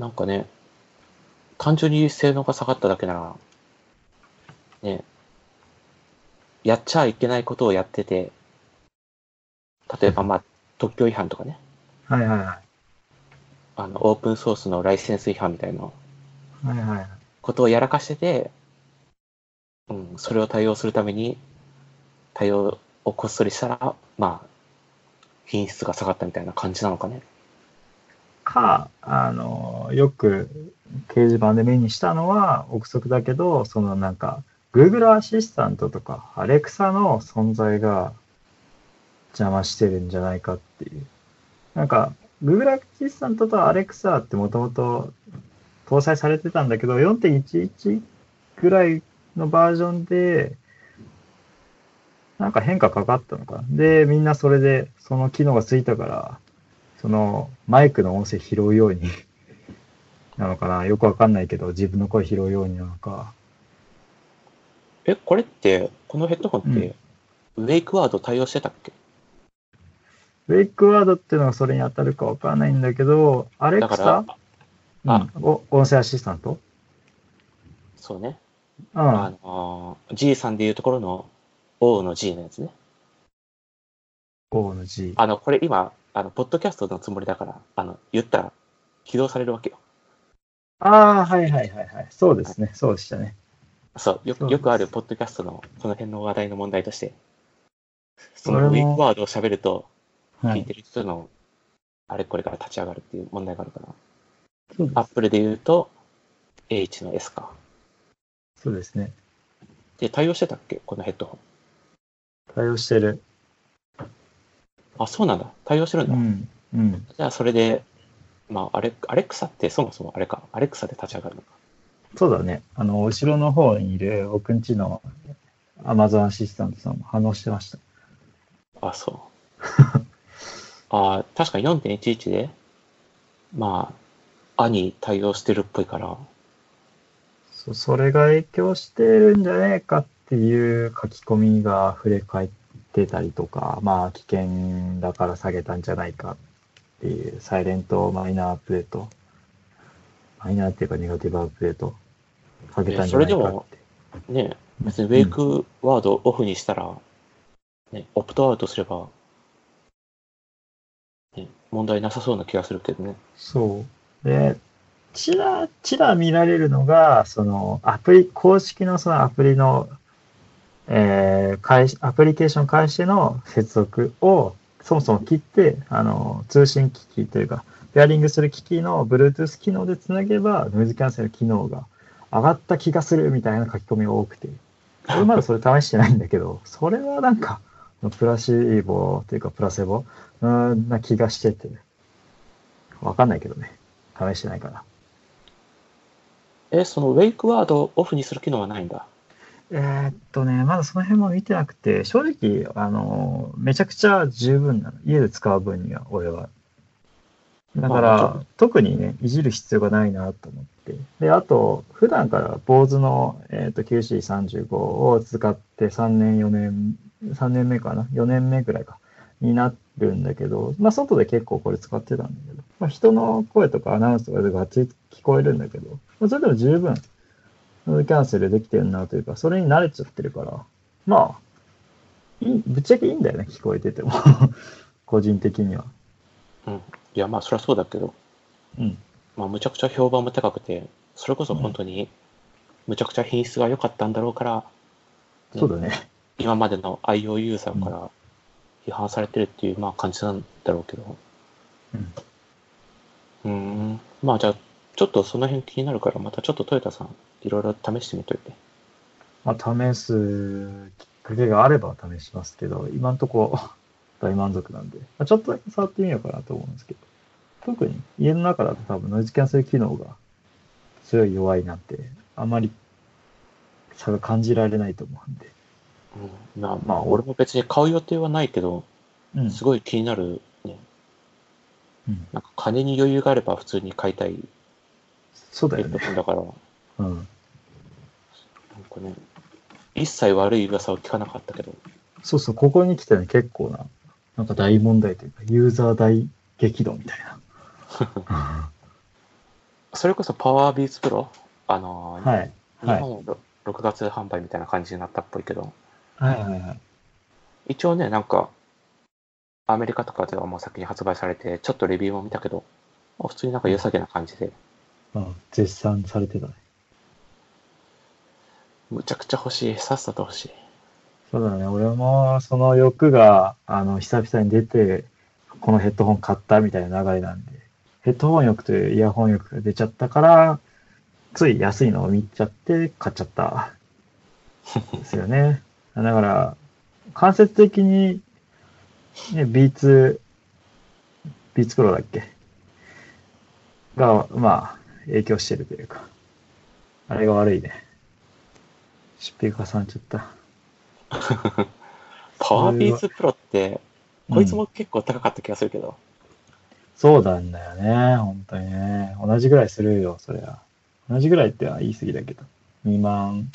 Speaker 1: なんかね、単純に性能が下がっただけなら、ね、やっちゃいけないことをやってて、例えばまあ、特許違反とかね、
Speaker 2: う。はいはいは。
Speaker 1: あの、オープンソースのライセンス違反みたいない
Speaker 2: はいはいはい。
Speaker 1: ことをやらかしてて、うん、それを対応するために、対応をこっそりしたら、まあ、品質が下がったみたいな感じなのかね。
Speaker 2: か、あの、よく掲示板で目にしたのは、憶測だけど、そのなんか、Google アシスタントとか、Alexa の存在が邪魔してるんじゃないかっていう。なんか、Google アシスタントと Alexa ってもともと搭載されてたんだけど、4.11ぐらいのバージョンで、なんか変化かかったのかな。で、みんなそれで、その機能がついたから、そのマイクの音声拾うように なのかなよくわかんないけど自分の声拾うようになのか
Speaker 1: え、これって、このヘッドホンって、ウェイクワード対応してたっけ
Speaker 2: ウェイクワードっていうのはそれに当たるかわからないんだけど、アレ
Speaker 1: だ
Speaker 2: ク
Speaker 1: から
Speaker 2: サ、、
Speaker 1: あ
Speaker 2: うん、お音声アシスタント
Speaker 1: そうね。
Speaker 2: う
Speaker 1: あ
Speaker 2: ん。
Speaker 1: のー、G さんでいうところの O の G のやつね。
Speaker 2: O の G。
Speaker 1: あの、これ今、あの、ポッドキャストのつもりだから、あの、言ったら起動されるわけよ。
Speaker 2: ああ、はいはいはいはい。そうですね。そうでしたね。
Speaker 1: そう、よ
Speaker 2: そう
Speaker 1: く
Speaker 2: です
Speaker 1: よくあるポッドキャストのその辺の話題の問題として、そ
Speaker 2: 俺
Speaker 1: のウ
Speaker 2: も
Speaker 1: ィークワードを喋ると、
Speaker 2: は
Speaker 1: 聞い
Speaker 2: い。
Speaker 1: てる人のあれこれから立ち上がるっていう問題があるから、
Speaker 2: そうで
Speaker 1: アップルで言うと、H の S か。
Speaker 2: すそうですね。
Speaker 1: で、対応してたっけこのヘッドホ
Speaker 2: 対応してる。
Speaker 1: ン。あ、そうなんだ。対応してるん
Speaker 2: う
Speaker 1: だ。
Speaker 2: ん。うん。
Speaker 1: じゃあ、それで、まあ、アレアレクサってそもそもあれか、アレクサで立ち上がるのか。
Speaker 2: そうだね。あの、後ろの方にいる僕んちの Amazon アシスタントさんも反応してました。
Speaker 1: あ、そう。 あ確かに4.11で、まあ、アに対応してるっぽいから、
Speaker 2: そそれが影響してるんじゃねえかっていう書き込みが触れ返ってたりとか、まあ危険だから下げたんじゃないかっていう、サイレントマイナーアップデート、マイナーっていうかネガティブアップデート、下げたんじゃな
Speaker 1: えそれ
Speaker 2: いかっ
Speaker 1: でも
Speaker 2: て。
Speaker 1: ね、別にウェイクワードをオフにしたら、ね、オプトアウトすれば、ね、問題なさそうな気がするけどね。
Speaker 2: そう。で、ちらちら見られるのが、そのアプリ、公式のそのアプリの、えー、開始アプリケーション開始の接続をそもそも切って、あの、通信機器というか、ペアリングする機器の Bluetooth 機能でつなげば、ノイズキャンセル機能が上がった気がするみたいな書き込みが多くて、俺まだそれ試してないんだけど、それはなんか、プラシーボというかプラセボうんな気がしてて、わかんないけどね。試してないから。
Speaker 1: え、そのウェイクワードをオフにする機能はないんだ。
Speaker 2: えーっとね、まだその辺も見てなくて、正直、あの、めちゃくちゃ十分なの。家で使う分には、俺は。だか
Speaker 1: まあちょ
Speaker 2: ら、特にね、いじる必要がないなと思って。で、あと、普段から坊主の、えーっと QC35 を使って3年、4年、3年目かな ?4 年目くらいか。になるんだけど、まあ、外で結構これ使ってたんだけど、まあ、人の声とかアナウンスとかでがっつり聞こえるんだけど、まあ、それでも十分ノイズキャンセルできてるなというか、それに慣れちゃってるから、まあ、いいぶっちゃけいいんだよね、聞こえてても。 個人的には。
Speaker 1: いや、まあ、そりゃそうだけど、
Speaker 2: うん。
Speaker 1: まあ、むちゃくちゃ評判も高くて、それこそ本当に、むちゃくちゃ品質が良かったんだろうから、ね
Speaker 2: そうだね。
Speaker 1: 今までの IO ユーザーから批判されてるっていう、まあ、感じなんだろうけど。うーん。まあ、じゃあ、ちょっとその辺気になるから、またちょっとトヨタさん、いろいろ試してみといて。
Speaker 2: まあ、試すきっかけがあれば試しますけど、今んとこ 大満足なんで、まあ、ちょっとだけ触ってみようかなと思うんですけど、特に家の中だと多分ノイズキャンセル機能が強い弱いなんて、あまり差が感じられないと思うんで。
Speaker 1: うん、まあ、
Speaker 2: まあ
Speaker 1: 俺も別に買う予定はないけど、
Speaker 2: うん
Speaker 1: すごい気になる、ね。
Speaker 2: うん
Speaker 1: なんか金に余裕があれば普通に買いたい
Speaker 2: そうだ
Speaker 1: ヘ
Speaker 2: よ
Speaker 1: ッド
Speaker 2: ね。
Speaker 1: ホンだから、なん
Speaker 2: うん。
Speaker 1: かね、一切悪い噂を聞かなかったけど、
Speaker 2: そうそう、ここに来てね、結構な、なんか大問題というか、ユーザー大激怒みたいな。
Speaker 1: それこそパワービーツプロあのー、
Speaker 2: はい。は
Speaker 1: 日
Speaker 2: い。
Speaker 1: 本の6月販売みたいな感じになったっぽいけど、
Speaker 2: はいはいはい。
Speaker 1: 一応ね、なんか、アメリカとかではもう先に発売されて、ちょっとレビューも見たけど、まあ普通になんか良さげな感じで、
Speaker 2: うん、絶賛されてたね。
Speaker 1: むちゃくちゃ欲しい、さっさと欲しい。
Speaker 2: そうだね、俺もその欲が、あの、久々に出て、このヘッドホン買ったみたいな流れなんで、ヘッドホン欲というイヤホン欲が出ちゃったから、つい安いのを見ちゃって買っちゃった。ですよね。だから、間接的に、ね、B2、B2 プロだっけが、まあ、影響してるというか、あれが悪いね。出費が重なっちゃった。
Speaker 1: パワービーツプロって、こいつも結構高かった気がするけど、
Speaker 2: そうなんだよね、本当にね。同じぐらいするよ、そりゃ。同じぐらいっては言い過ぎだけど。2万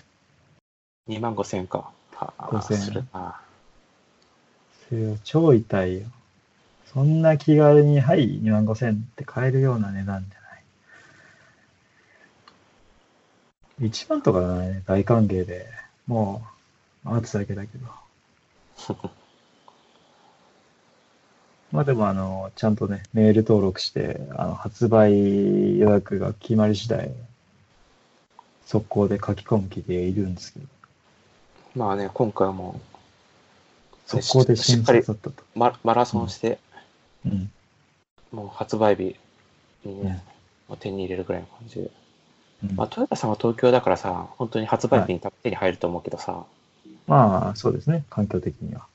Speaker 1: 2万5千円か。はあ、
Speaker 2: 5000
Speaker 1: するな。
Speaker 2: するよ。超痛いよ。そんな気軽に、はい、2万5千って買えるような値段じゃない。1万とかならね、大歓迎で、もう、待つだけだ けど。まあでも、あの、ちゃんとね、メール登録して、あの、発売予約が決まり次第、速攻で書き込む気でいるんですけど、
Speaker 1: まあね、今回はも
Speaker 2: 速攻で
Speaker 1: し
Speaker 2: 新
Speaker 1: っかり
Speaker 2: 卒だったと。
Speaker 1: うママラソンして、
Speaker 2: うん。
Speaker 1: もう発売日に、
Speaker 2: ね
Speaker 1: ねもう手に入れるぐらいの感じで。
Speaker 2: うん
Speaker 1: まあ、トヨタさんは東京だからさ、本当に発売日に多分手に入ると思うけどさ、
Speaker 2: まあ、そうですね。環境的には。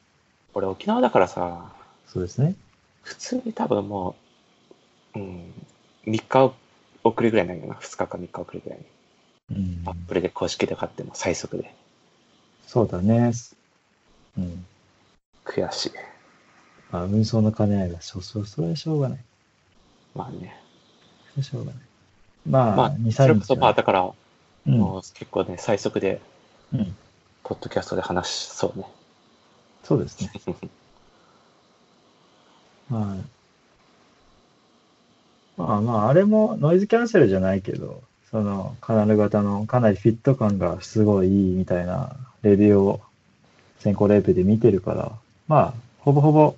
Speaker 1: 俺沖縄だからさ、
Speaker 2: そうですね。
Speaker 1: 普通に多分もう、うん、3日遅れぐらいなんだよな、2日か3日遅れぐらいに。
Speaker 2: うん
Speaker 1: アッ。プルで公式で買っても最速で。
Speaker 2: そうだね。うん。
Speaker 1: 悔しい。
Speaker 2: まあ、運送の兼ね合いが、そうそう、それはしょうがない。
Speaker 1: まあね。
Speaker 2: それはしょうがない。まあ、
Speaker 1: ま
Speaker 2: 2、
Speaker 1: あ、それ
Speaker 2: 3
Speaker 1: こ
Speaker 2: 日
Speaker 1: そ、まあ、だから、
Speaker 2: うん
Speaker 1: もう結構ね、最速で、
Speaker 2: うん。
Speaker 1: ポッドキャストで話しそうね。
Speaker 2: そうです ね。まあ、まあまあ、あれもノイズキャンセルじゃないけど、そのカナル型のかなりフィット感がすごいいいみたいなレビューを先行レビューで見てるから、まあ、ほぼほぼ、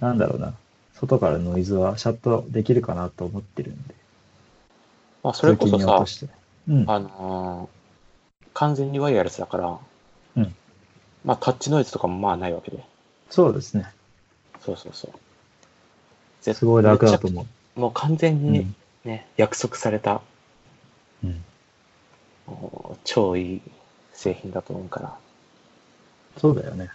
Speaker 2: なんだろうな、外からノイズはシャットできるかなと思ってるんで、
Speaker 1: まあ、それこそ
Speaker 2: 通勤に落
Speaker 1: さ
Speaker 2: と、して。うん。
Speaker 1: あのー完全にワイヤレスだから、
Speaker 2: うん
Speaker 1: まあ、タッチノイズとかもまあないわけで。
Speaker 2: そうですね。
Speaker 1: そうそうそう。ぜ
Speaker 2: すごい楽だと思
Speaker 1: もう完全
Speaker 2: う。う
Speaker 1: に
Speaker 2: ん
Speaker 1: ね、約束された、
Speaker 2: うん
Speaker 1: もう超いい製品だと思うから、
Speaker 2: そうだよね。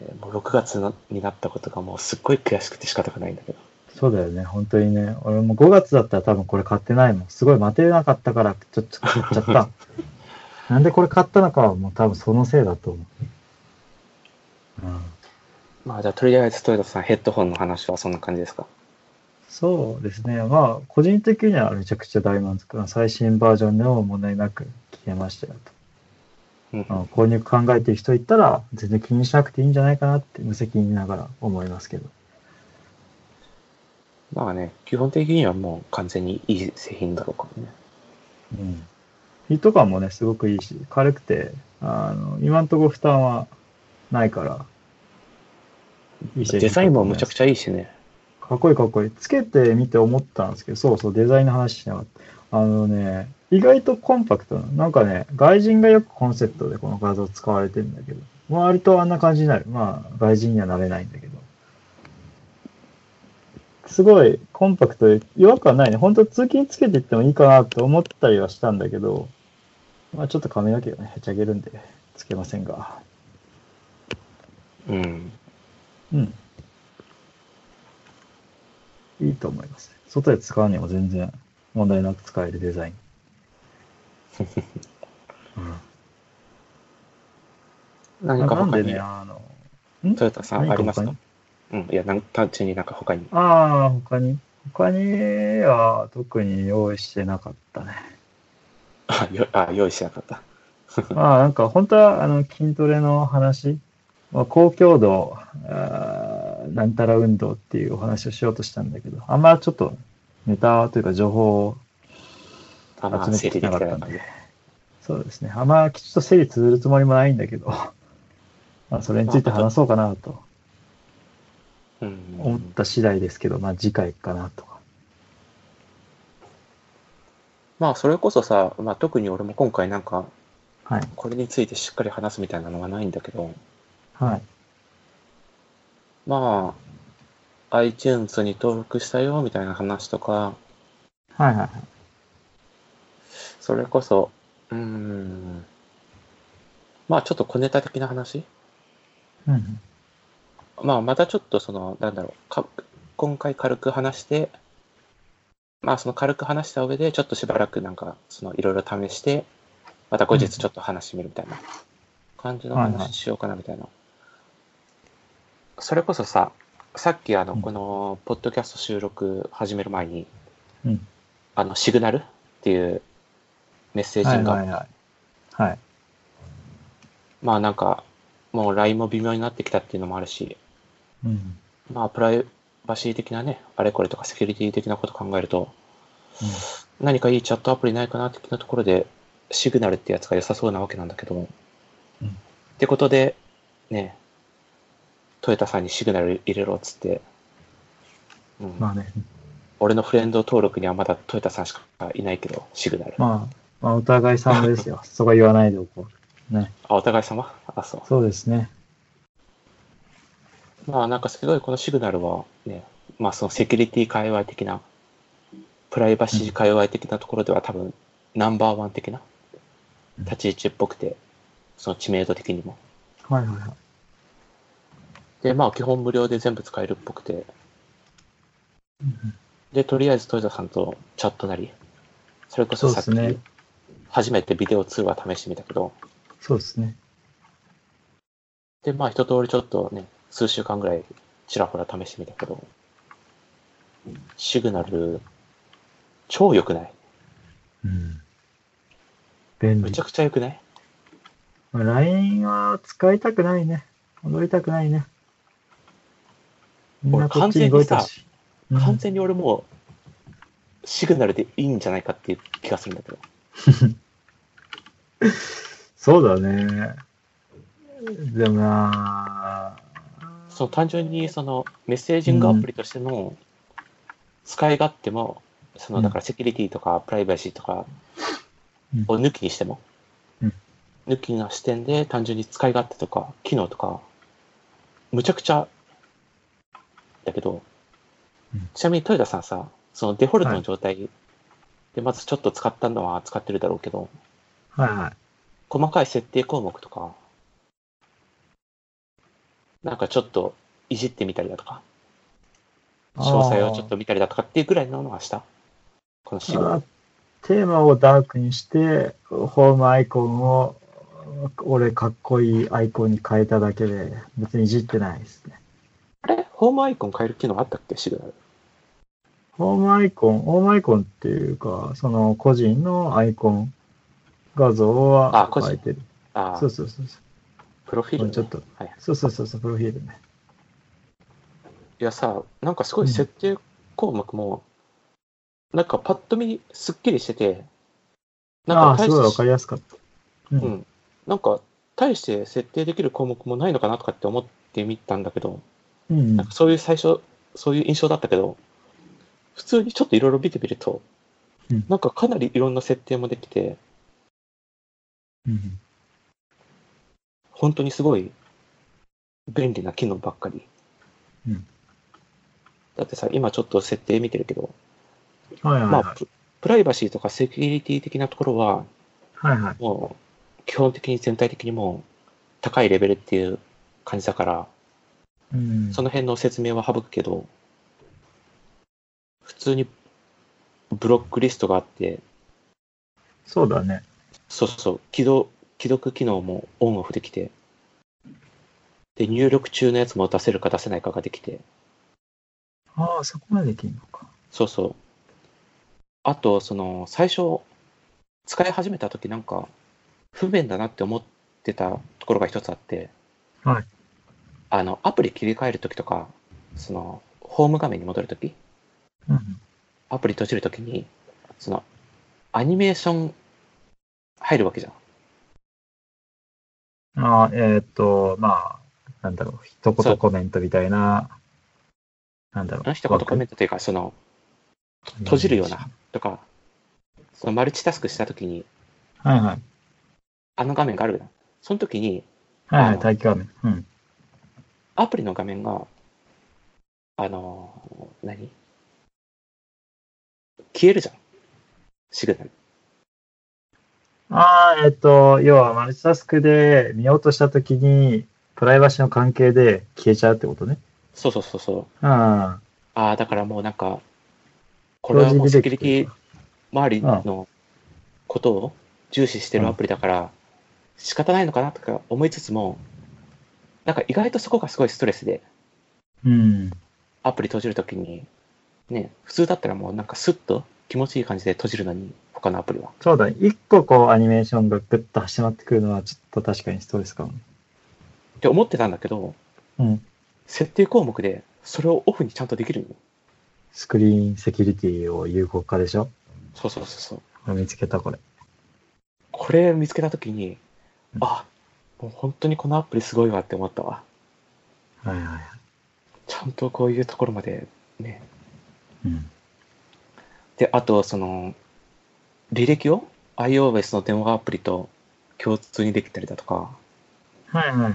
Speaker 1: えーもう6月のになったことがもうすっごい悔しくて仕方がないんだけど。
Speaker 2: そうだよね、本当にね。俺も5月だったら多分これ買ってないもん。すごい待てなかったから、ちょっと買っちゃった。なんでこれ買ったのかはもう多分そのせいだと思う。うん。
Speaker 1: まあじゃあとりあえずトヨタさんヘッドホンの話はそんな感じですか
Speaker 2: そうですね。まあ、個人的にはめちゃくちゃ大満足な最新バージョンでも問題なく聞けましたよと。
Speaker 1: うん
Speaker 2: あの購入考えてる人いたら、全然気にしなくていいんじゃないかなって無責任ながら思いますけど。
Speaker 1: まあね、基本的にはもう完全にいい製品だろうからね。
Speaker 2: うん。フィット感もね、すごくいいし、軽くて、あの、今んとこ負担はないから、いい
Speaker 1: デザインもむちゃく
Speaker 2: ち
Speaker 1: ちゃいいしね。
Speaker 2: ゃ。かっこいいかっこいい。つけてみて思ったんですけど、そうそう、デザインの話しなかった。あのね、意外とコンパクトな。なんかね、外人がよくコンセプトでこの画像使われてるんだけど、割とあんな感じになる。まあ、外人にはなれないんだけど。すごいコンパクトで違和感ないね。本当通勤つけていってもいいかなと思ったりはしたんだけど、まあちょっと髪の毛がね、はちゃげるんで、つけませんが。
Speaker 1: うん。
Speaker 2: うん。いいと思います。外で使うにも全然問題なく使えるデザイ ン。うん
Speaker 1: 何か
Speaker 2: なん
Speaker 1: 他
Speaker 2: で
Speaker 1: に、
Speaker 2: ね、あの、
Speaker 1: トヨタさん
Speaker 2: 何
Speaker 1: あります
Speaker 2: 他
Speaker 1: か
Speaker 2: に
Speaker 1: うん。いや、なん単純になんか他に。
Speaker 2: ああ、他に。他には特に用意してなかった ね。
Speaker 1: あ、よあ用意してなかった。
Speaker 2: まあなんか本当はあの筋トレの話、まあ、高強度あーなんたら運動っていうお話をしようとしたんだけど、あんまちょっとネタというか情報を
Speaker 1: あま
Speaker 2: 集
Speaker 1: あ、
Speaker 2: め
Speaker 1: 整理で
Speaker 2: てき
Speaker 1: きて
Speaker 2: なか
Speaker 1: なかっ
Speaker 2: ったん
Speaker 1: たん
Speaker 2: で
Speaker 1: で。。
Speaker 2: そうですね。あんまきちっと整理するつもりもないんだけど、 まあそれについて話そうかなと
Speaker 1: う
Speaker 2: 思っ
Speaker 1: ん。
Speaker 2: た次第ですけど、まあ次回かなとか。
Speaker 1: まあ、それこそさ、まあ、特に俺も今回なんか、
Speaker 2: はい。
Speaker 1: これについてしっかり話すみたいなのはないんだけど、
Speaker 2: はい。
Speaker 1: まあ、iTunes に登録したよみたいな話とか、
Speaker 2: はいはいはい。
Speaker 1: それこそ、うーん、まあちょっと小ネタ的な話
Speaker 2: うんうん。
Speaker 1: まあまたちょっとその、なんだろう、か今回軽く話して、まあその軽く話した上で、ちょっとしばらくなんか、そのいろいろ試して、また後日ちょっと話してみるみたいな感じの
Speaker 2: はいはい
Speaker 1: 話しようかなみたいな。それこそさ、さっきあの、
Speaker 2: うん
Speaker 1: この、ポッドキャスト収録始める前に、
Speaker 2: うん
Speaker 1: あの、シグナルっていうメッセージ
Speaker 2: は
Speaker 1: が、
Speaker 2: いはいはい。はい。
Speaker 1: まあなんか、もう LINE も微妙になってきたっていうのもあるし、
Speaker 2: うん。
Speaker 1: まあ、プライバシー的なね、あれこれとかセキュリティ的なこと考えると、
Speaker 2: うん
Speaker 1: 何かいいチャットアプリないかな的なところで、シグナルってやつが良さそうなわけなんだけども。
Speaker 2: うん
Speaker 1: ってことで、ね、トヨタさんにシグナル入れろっつって、うん
Speaker 2: まあね、
Speaker 1: 俺のフレンド登録にはまだトヨタさんしかいないけど、シグナル。あ、
Speaker 2: まあ、まあ、お互い様で すよ。そこは言わないでおこう。ね。
Speaker 1: お互い様あ、そう。
Speaker 2: そうですね。
Speaker 1: まあなんかすごいこのシグナルはね、まあそのセキュリティ界隈的な、プライバシー界隈的なところでは多分ナンバーワン的な
Speaker 2: うん
Speaker 1: 立ち位置っぽくて、その知名度的にも。
Speaker 2: はいはいはい。
Speaker 1: で、まあ基本無料で全部使えるっぽくて、
Speaker 2: うん
Speaker 1: で、とりあえずトヨタさんとチャットなり、それこそさっ
Speaker 2: そうです
Speaker 1: き
Speaker 2: ね、
Speaker 1: 初めてビデオ通話試してみたけど、
Speaker 2: そうですね。
Speaker 1: で、まあ一通りちょっとね、数週間ぐらいちらほら試してみたけど、シグナル、超良くない
Speaker 2: うん。便
Speaker 1: め
Speaker 2: 利
Speaker 1: ちゃ。くちゃ良くない
Speaker 2: まあ LINE は使いたくないね。戻りたくないね。みんなこっちに動いたし。うん
Speaker 1: 完全に俺もうシグナルでいいんじゃないかっていう気がするんだけど。
Speaker 2: そうだね。でもな
Speaker 1: その単純にそのメッセージングアプリとしての使い勝手も、そうの
Speaker 2: ん
Speaker 1: だからセキュリティとかプライバシーとか
Speaker 2: うん
Speaker 1: を抜きにしても、
Speaker 2: うん
Speaker 1: 抜きな視点で単純に使い勝手とか機能とか、むちゃくちゃだけど
Speaker 2: うん、
Speaker 1: ちなみに豊田さんさ、そのデフォルトの状態でまずちょっと使ったのは使ってるだろうけど、
Speaker 2: はいはい。
Speaker 1: 細かい設定項目とか、なんかちょっといじってみたりだとか、詳細をちょっと見たりだとかっていうぐらいののはしたこのシーン
Speaker 2: あーテーマをダークにして、ホームアイコンを俺かっこいいアイコンに変えただけで、別にいじってないですね。
Speaker 1: あれホームアイコン変える機能あったっけシグナル。
Speaker 2: ホームアイコン、ホームアイコンっていうか、その個人のアイコン画像
Speaker 1: あ
Speaker 2: は
Speaker 1: 個人
Speaker 2: 変えてる。
Speaker 1: ああ
Speaker 2: そう、そうそうそう。
Speaker 1: プロフィール、ね、
Speaker 2: ちょっと
Speaker 1: はいはい。
Speaker 2: そうそうそうそう、プロフィールね。
Speaker 1: いやさ、なんかすごい
Speaker 2: うん
Speaker 1: 設定項目も、なんかパッと見すっきりしてて、な
Speaker 2: あ
Speaker 1: ん
Speaker 2: あー、
Speaker 1: か大
Speaker 2: すごいわ
Speaker 1: し
Speaker 2: かりやすかった。
Speaker 1: う
Speaker 2: う。
Speaker 1: んん、なんか大して設定できる項目もないのかなとかって思ってみたんだけど、
Speaker 2: うん
Speaker 1: なんかそういう最初、そういう印象だったけど、普通にちょっといろいろ見てみると、
Speaker 2: うん
Speaker 1: なんかかなりいろんな設定もできて、
Speaker 2: うん。
Speaker 1: 本当にすごい便利な機能ばっかり。
Speaker 2: うん
Speaker 1: だってさ、今ちょっと設定見てるけど、
Speaker 2: はいはい
Speaker 1: ま
Speaker 2: は
Speaker 1: あ、ププライバシーとかセキュリティ的なところは、
Speaker 2: い。はいはい。
Speaker 1: もう基本的に全体的にもう高いレベルっていう感じだから、
Speaker 2: うん。
Speaker 1: その辺の説明は省くけど、普通にブロックリストがあって、
Speaker 2: そうだね。
Speaker 1: そうそう、既読既読機能もオンオフできて、で、入力中のやつも出せるか出せないかができて、
Speaker 2: ああ、そこまでできるのか。
Speaker 1: そうそう。あと、その、最初、使い始めた時なんか、不便だなって思ってたところが一つあって、
Speaker 2: はい
Speaker 1: あの、アプリ切り替える時とか、その、ホーム画面に戻る時
Speaker 2: うん。
Speaker 1: アプリ閉じるときに、その、アニメーション入るわけじゃん。
Speaker 2: ああ、えーっと、まあ、なんだろう、一
Speaker 1: そ
Speaker 2: 言
Speaker 1: う
Speaker 2: コメントみたいな、なんだろ
Speaker 1: あ
Speaker 2: う。
Speaker 1: の一言コメ
Speaker 2: ン
Speaker 1: ントというか、その、
Speaker 2: ト
Speaker 1: 閉じるような。とか、そのマルチタスクしたときに、
Speaker 2: はいはい。
Speaker 1: あの画面があるじゃん。その時に、
Speaker 2: はい
Speaker 1: あ
Speaker 2: はい、
Speaker 1: の
Speaker 2: 待機画面。うん。
Speaker 1: アプリの画面が、あのー何消えるじゃん。シグナル。
Speaker 2: ああ、えーっと、要はマルチタスクで見ようとしたときに、プライバシーの関係で消えちゃうってことね。
Speaker 1: そうそうそうそう。
Speaker 2: ああ、
Speaker 1: ああ、だからもうなんか、これはもうセキュリティ周りのことを重視してるアプリだから、仕方ないのかなとか思いつつも、なんか意外とそこがすごいストレスで、
Speaker 2: うん。
Speaker 1: アプリ閉じるときに、ね、普通だったらもうなんかスッと気持ちいい感じで閉じるのに、他のアプリは。
Speaker 2: そうだね。一個こうアニメーションがグッと始まってくるのは、ちょっと確かにストレスかも。
Speaker 1: って思ってたんだけど、
Speaker 2: うん。
Speaker 1: 設定項目でそれをオフにちゃんとできるの。
Speaker 2: スクリーンセキュリティを有効化でしょ
Speaker 1: そうそうそうそう。
Speaker 2: 見つけた、これ。
Speaker 1: これ見つけたときに
Speaker 2: う、ん
Speaker 1: あ、もう本当にこのアプリすごいわって思ったわ。
Speaker 2: はいはいはい。
Speaker 1: ちゃんとこういうところまでね。
Speaker 2: うん。
Speaker 1: で、あと、その、履歴を iOS の電話アプリと共通にできたりだとか、
Speaker 2: はいはいはい。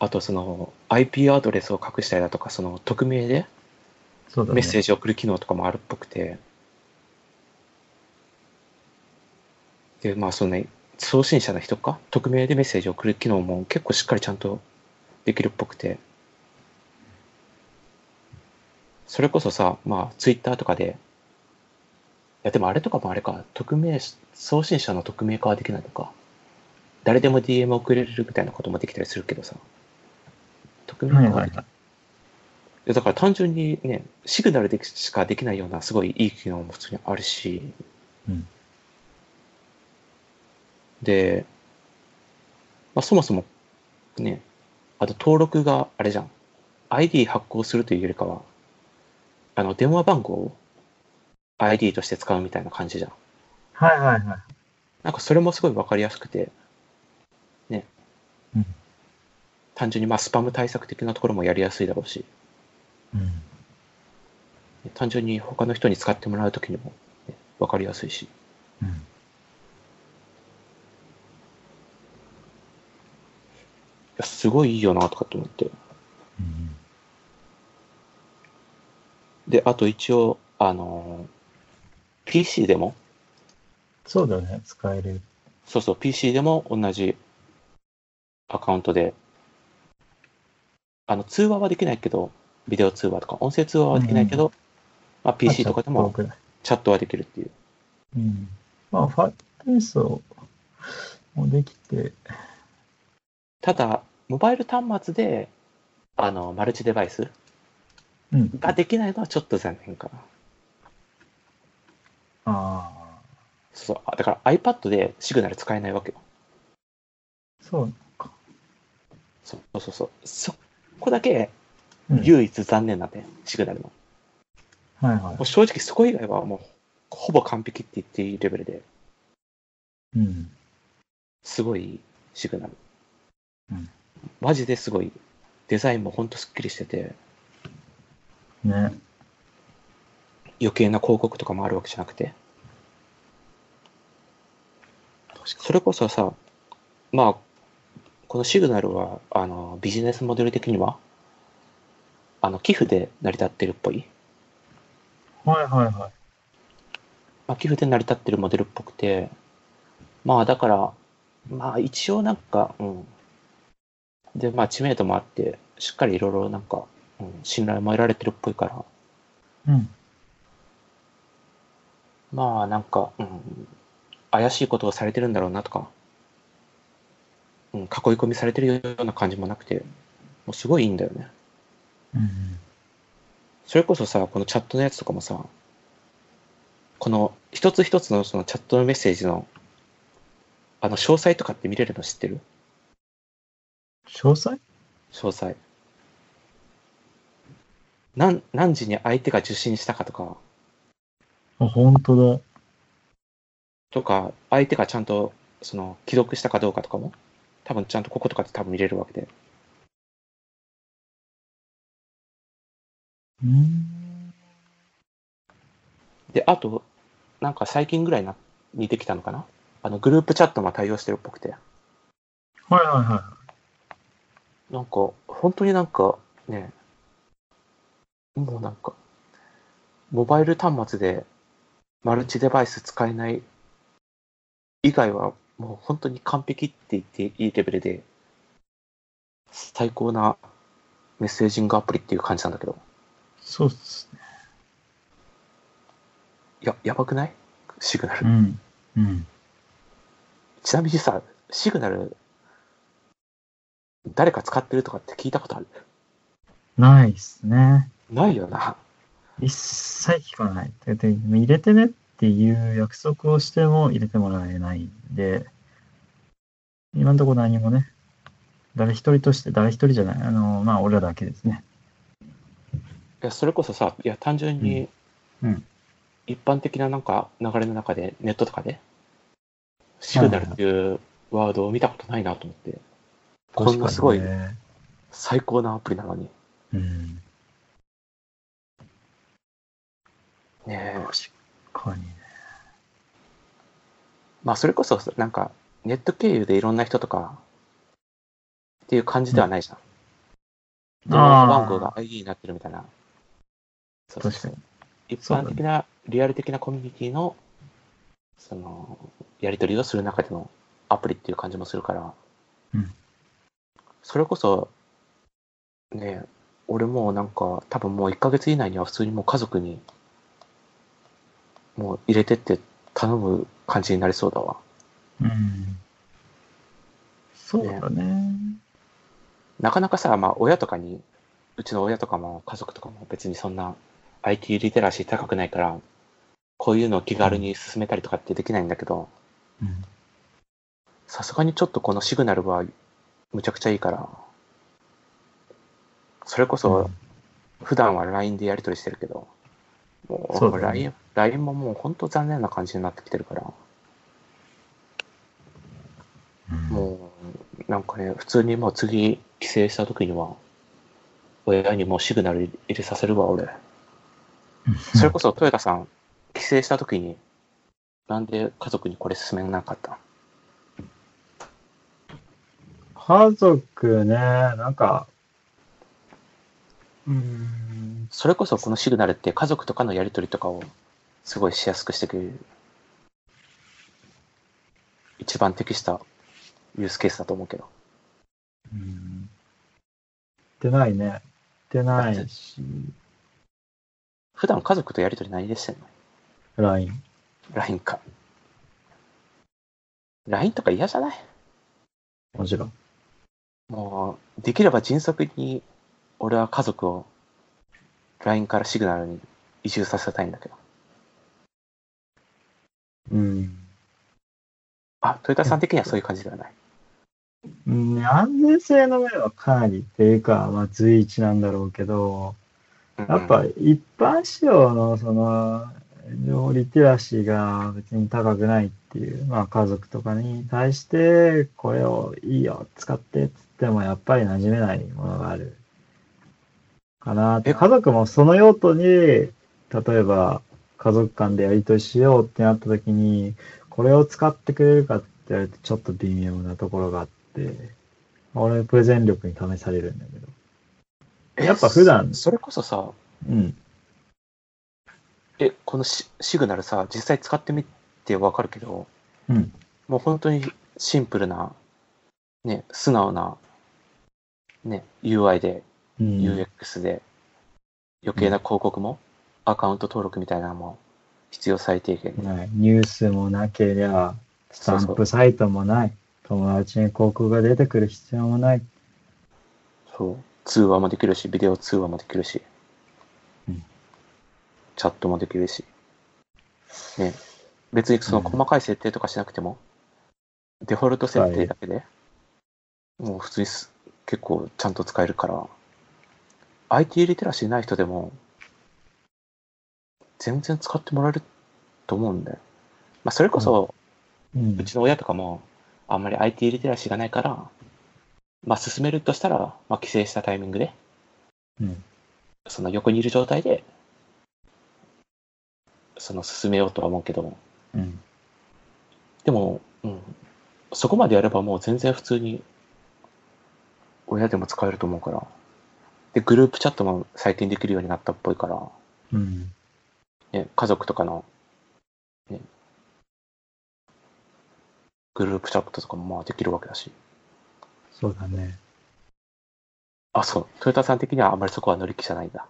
Speaker 1: あとその IP アドレスを隠したりだとか、その匿名で
Speaker 2: そうだね。
Speaker 1: メッセージを送る機能とかもあるっぽくて、で、まあそのね、送信者の人か、匿名でメッセージを送る機能も結構しっかりちゃんとできるっぽくて、それこそさ、まあツイッターとかで、いやでもあれとかもあれか、匿名、送信者の匿名化はできないのか、誰でも DM 送れるみたいなこともできたりするけどさ、匿名化
Speaker 2: は
Speaker 1: はいできない
Speaker 2: は
Speaker 1: い
Speaker 2: はい。
Speaker 1: いやだから単純にね、シグナルでしかできないようなすごいいい機能も普通にあるし、
Speaker 2: うん
Speaker 1: で、まあ、そもそもね、あと登録があれじゃん、ID 発行するというよりかは、あの電話番号を ID として使うみたいな感じじゃん。
Speaker 2: はいはいはい。
Speaker 1: なんかそれもすごいわかりやすくて、ね、
Speaker 2: うん
Speaker 1: 単純にまあスパム対策的なところもやりやすいだろうし、
Speaker 2: うん。
Speaker 1: 単純に他の人に使ってもらうときにも、ね、分かりやすいし、
Speaker 2: うん。
Speaker 1: いやすごいいいよなとかって思って。
Speaker 2: うん。
Speaker 1: で、あと一応、あのー PC でも、
Speaker 2: そうだね。使える。
Speaker 1: そうそう、PC でも同じアカウントで、あの、通話はできないけど、ビデオ通話とか、音声通話はできないけど、まあ、PC とかで
Speaker 2: まあ
Speaker 1: も
Speaker 2: ちょっ遠くない
Speaker 1: チャットはできるっていう。
Speaker 2: うん。まあ、ファイル送もできて、
Speaker 1: ただ、モバイル端末で、あの、マルチデバイス
Speaker 2: うん。
Speaker 1: ができないのはちょっと残念かな。
Speaker 2: ああ、
Speaker 1: そうそうあ、だから iPad でシグナル使えないわけよ。
Speaker 2: そう。
Speaker 1: そうそうそうそう。そこだけ
Speaker 2: うん
Speaker 1: 唯一残念なんだよ、シグナルの。
Speaker 2: はいは
Speaker 1: もう正直そこ以外はもうほぼ完璧って言っていいレベルで
Speaker 2: い。うん。
Speaker 1: すごいシグナル。
Speaker 2: うん
Speaker 1: マジですごい。デザインもほんとすっきりしてて、
Speaker 2: ね。
Speaker 1: 余計な広告とかもあるわけじゃなくて。それこそさ、まあ、このシグナルは、あの、ビジネスモデル的には、あの、寄付で成り立ってるっぽい。
Speaker 2: はいはいは
Speaker 1: まあ、寄付で成り立ってるモデルっぽくて、まあだから、まあ一応なんか、うん。で、まあ知名度もあって、しっかりいろいろなんか、うん、信頼も得られてるっぽいから、
Speaker 2: い。うん。
Speaker 1: まあなんか、うん、怪しいことをされてるんだろうなとか、うん、囲い込みされてるような感じもなくて、もうすごいいいんだよね。
Speaker 2: うん。
Speaker 1: それこそさ、このチャットのやつとかもさ、この一つ一つのそのチャットのメッセージの、あの、詳細とかって見れるの知ってる
Speaker 2: 詳細
Speaker 1: 詳細。何、何時に相手が受信したかとか、
Speaker 2: あ、本当だ。
Speaker 1: とか、相手がちゃんと、その、既読したかどうかとかも、多分ちゃんとこことかって多分見れるわけで。
Speaker 2: うん。
Speaker 1: で、あと、なんか最近ぐらいな、にできたのかなあの、グループチャットも対応してるっぽくて。
Speaker 2: はいはいは
Speaker 1: なんか、本当になんかね、もうなんか、モバイル端末でマルチデバイス使えない以外はもう本当に完璧って言っていいレベルで、最高なメッセージングアプリっていう感じなんだけど、
Speaker 2: い。そうっすね。
Speaker 1: いや、やばくないシグナル。
Speaker 2: ん。うん。
Speaker 1: ちなみにさ、シグナル、誰か使ってるとかって聞いたことある
Speaker 2: ないっすね。
Speaker 1: ないよな。
Speaker 2: 一切聞かない。だって入れてねっていう約束をしても入れてもらえないんで、今んとこ何もね、誰一人として、誰一人じゃない、あの、まあ、俺らだけですね。
Speaker 1: いやそれこそさいや単純に
Speaker 2: うんうん
Speaker 1: 一般的ななんか流れの中でネットとかでシグナルっていうワードを見たことないなと思ってこんなすごい
Speaker 2: 確かにね
Speaker 1: 最高なアプリなのに
Speaker 2: うん。
Speaker 1: ねえ
Speaker 2: 確かにね。
Speaker 1: まあそれこそなんかネット経由でいろんな人とかっていう感じではないじゃん、電話番号が ID になってるみたいなそうそう
Speaker 2: 確
Speaker 1: そ
Speaker 2: か
Speaker 1: う
Speaker 2: に。
Speaker 1: 一
Speaker 2: そうだ
Speaker 1: 般
Speaker 2: ね
Speaker 1: 的なリアル的なコミュニティのそのやり取りをする中でのアプリっていう感じもするから、
Speaker 2: うん
Speaker 1: それこそね俺もうなんか多分もう1ヶ月以内には普通にもう家族にもう入れてって頼む感じになりそうだわ
Speaker 2: うん。そうだね。
Speaker 1: なかなかさ、まあ、親とかにうちの親とかも家族とかも別にそんな IT リテラシー高くないからこういうのを気軽に進めたりとかってできないんだけど、
Speaker 2: うん。
Speaker 1: さすがにちょっとこのシグナルはむちゃくちゃいいから、それこそ普段は LINE でやり取りしてるけど、も
Speaker 2: そう
Speaker 1: う
Speaker 2: だね
Speaker 1: LINE, LINE ももう本当残念な感じになってきてるから、
Speaker 2: うん。
Speaker 1: もうなんかね、普通にもう次帰省した時には、親にもうシグナル入れさせるわ、俺。それこそ豊田さん、帰省した時に、なんで家族にこれ勧めなかった
Speaker 2: 家族ね、なんか、うん、
Speaker 1: それこそこのシグナルって家族とかのやり取りとかをすごいしやすくしてくれる一番適したユースケースだと思うけど
Speaker 2: うん。出ないね。出ないし、
Speaker 1: 普段家族とやり取り何でしてんの
Speaker 2: LINE。
Speaker 1: ?LINE か LINE とか嫌じゃない
Speaker 2: もちろん。
Speaker 1: もうできれば迅速に俺は家族を LINE からシグナルに移住させたいんだけど
Speaker 2: うん。
Speaker 1: あ豊田さん的にはそういう感じではない
Speaker 2: うんね、安全性の面はかなりっていうか、まあ、随一なんだろうけど、やっぱ一般仕様のその情報リテラシーが別に高くないっていう、まあ、家族とかに対してこれをいいよ使ってっつってもやっぱり馴染めないものがあるかなって
Speaker 1: え
Speaker 2: 家族もその用途に例えば家族間でやり取りしようってなった時にこれを使ってくれるかって言われるとちょっと微妙なところがあって俺のプレゼン力に試されるんだけど
Speaker 1: え
Speaker 2: やっぱ普段
Speaker 1: そそれこそさ
Speaker 2: うん
Speaker 1: え、このシシグナルさ、実際使ってみてわかるけど、
Speaker 2: うん
Speaker 1: もう本当にシンプルな、ね、素直な、ね、UI で、
Speaker 2: うん
Speaker 1: UX で、余計な広告も、アカウント登録みたいなのも必要最低限で。
Speaker 2: ない。ニュースもなけりゃ、スタン
Speaker 1: そう
Speaker 2: プサイトもない。友達に広告が出てくる必要もない。
Speaker 1: そう。通話もできるし、ビデオ通話もできるし、
Speaker 2: うん
Speaker 1: チャットもできるし、ね、別にその
Speaker 2: うん
Speaker 1: 細かい設定とかしなくても、デフォルト設定だけで、もう普通にす結構ちゃんと使えるから、IT リテラシーない人でも、全然使ってもらえると思うんだよ。まあ、それこそ、
Speaker 2: うん
Speaker 1: うちの親とかも、あんまり IT リテラシーがないから、まあ、進めるとしたら、まあ、帰省したタイミングで、
Speaker 2: うん
Speaker 1: その横にいる状態で、その進めようとは思うけど、
Speaker 2: うん
Speaker 1: でも、うん、そこまでやればもう全然普通に、親でも使えると思うから。で、グループチャットも最近できるようになったっぽいから、
Speaker 2: うん
Speaker 1: ね、家族とかの、ね、グループチャットとかもまあできるわけだし。
Speaker 2: そうだね。
Speaker 1: あ、そう。トヨタさん的にはあんまりそこは乗り気じゃないんだ。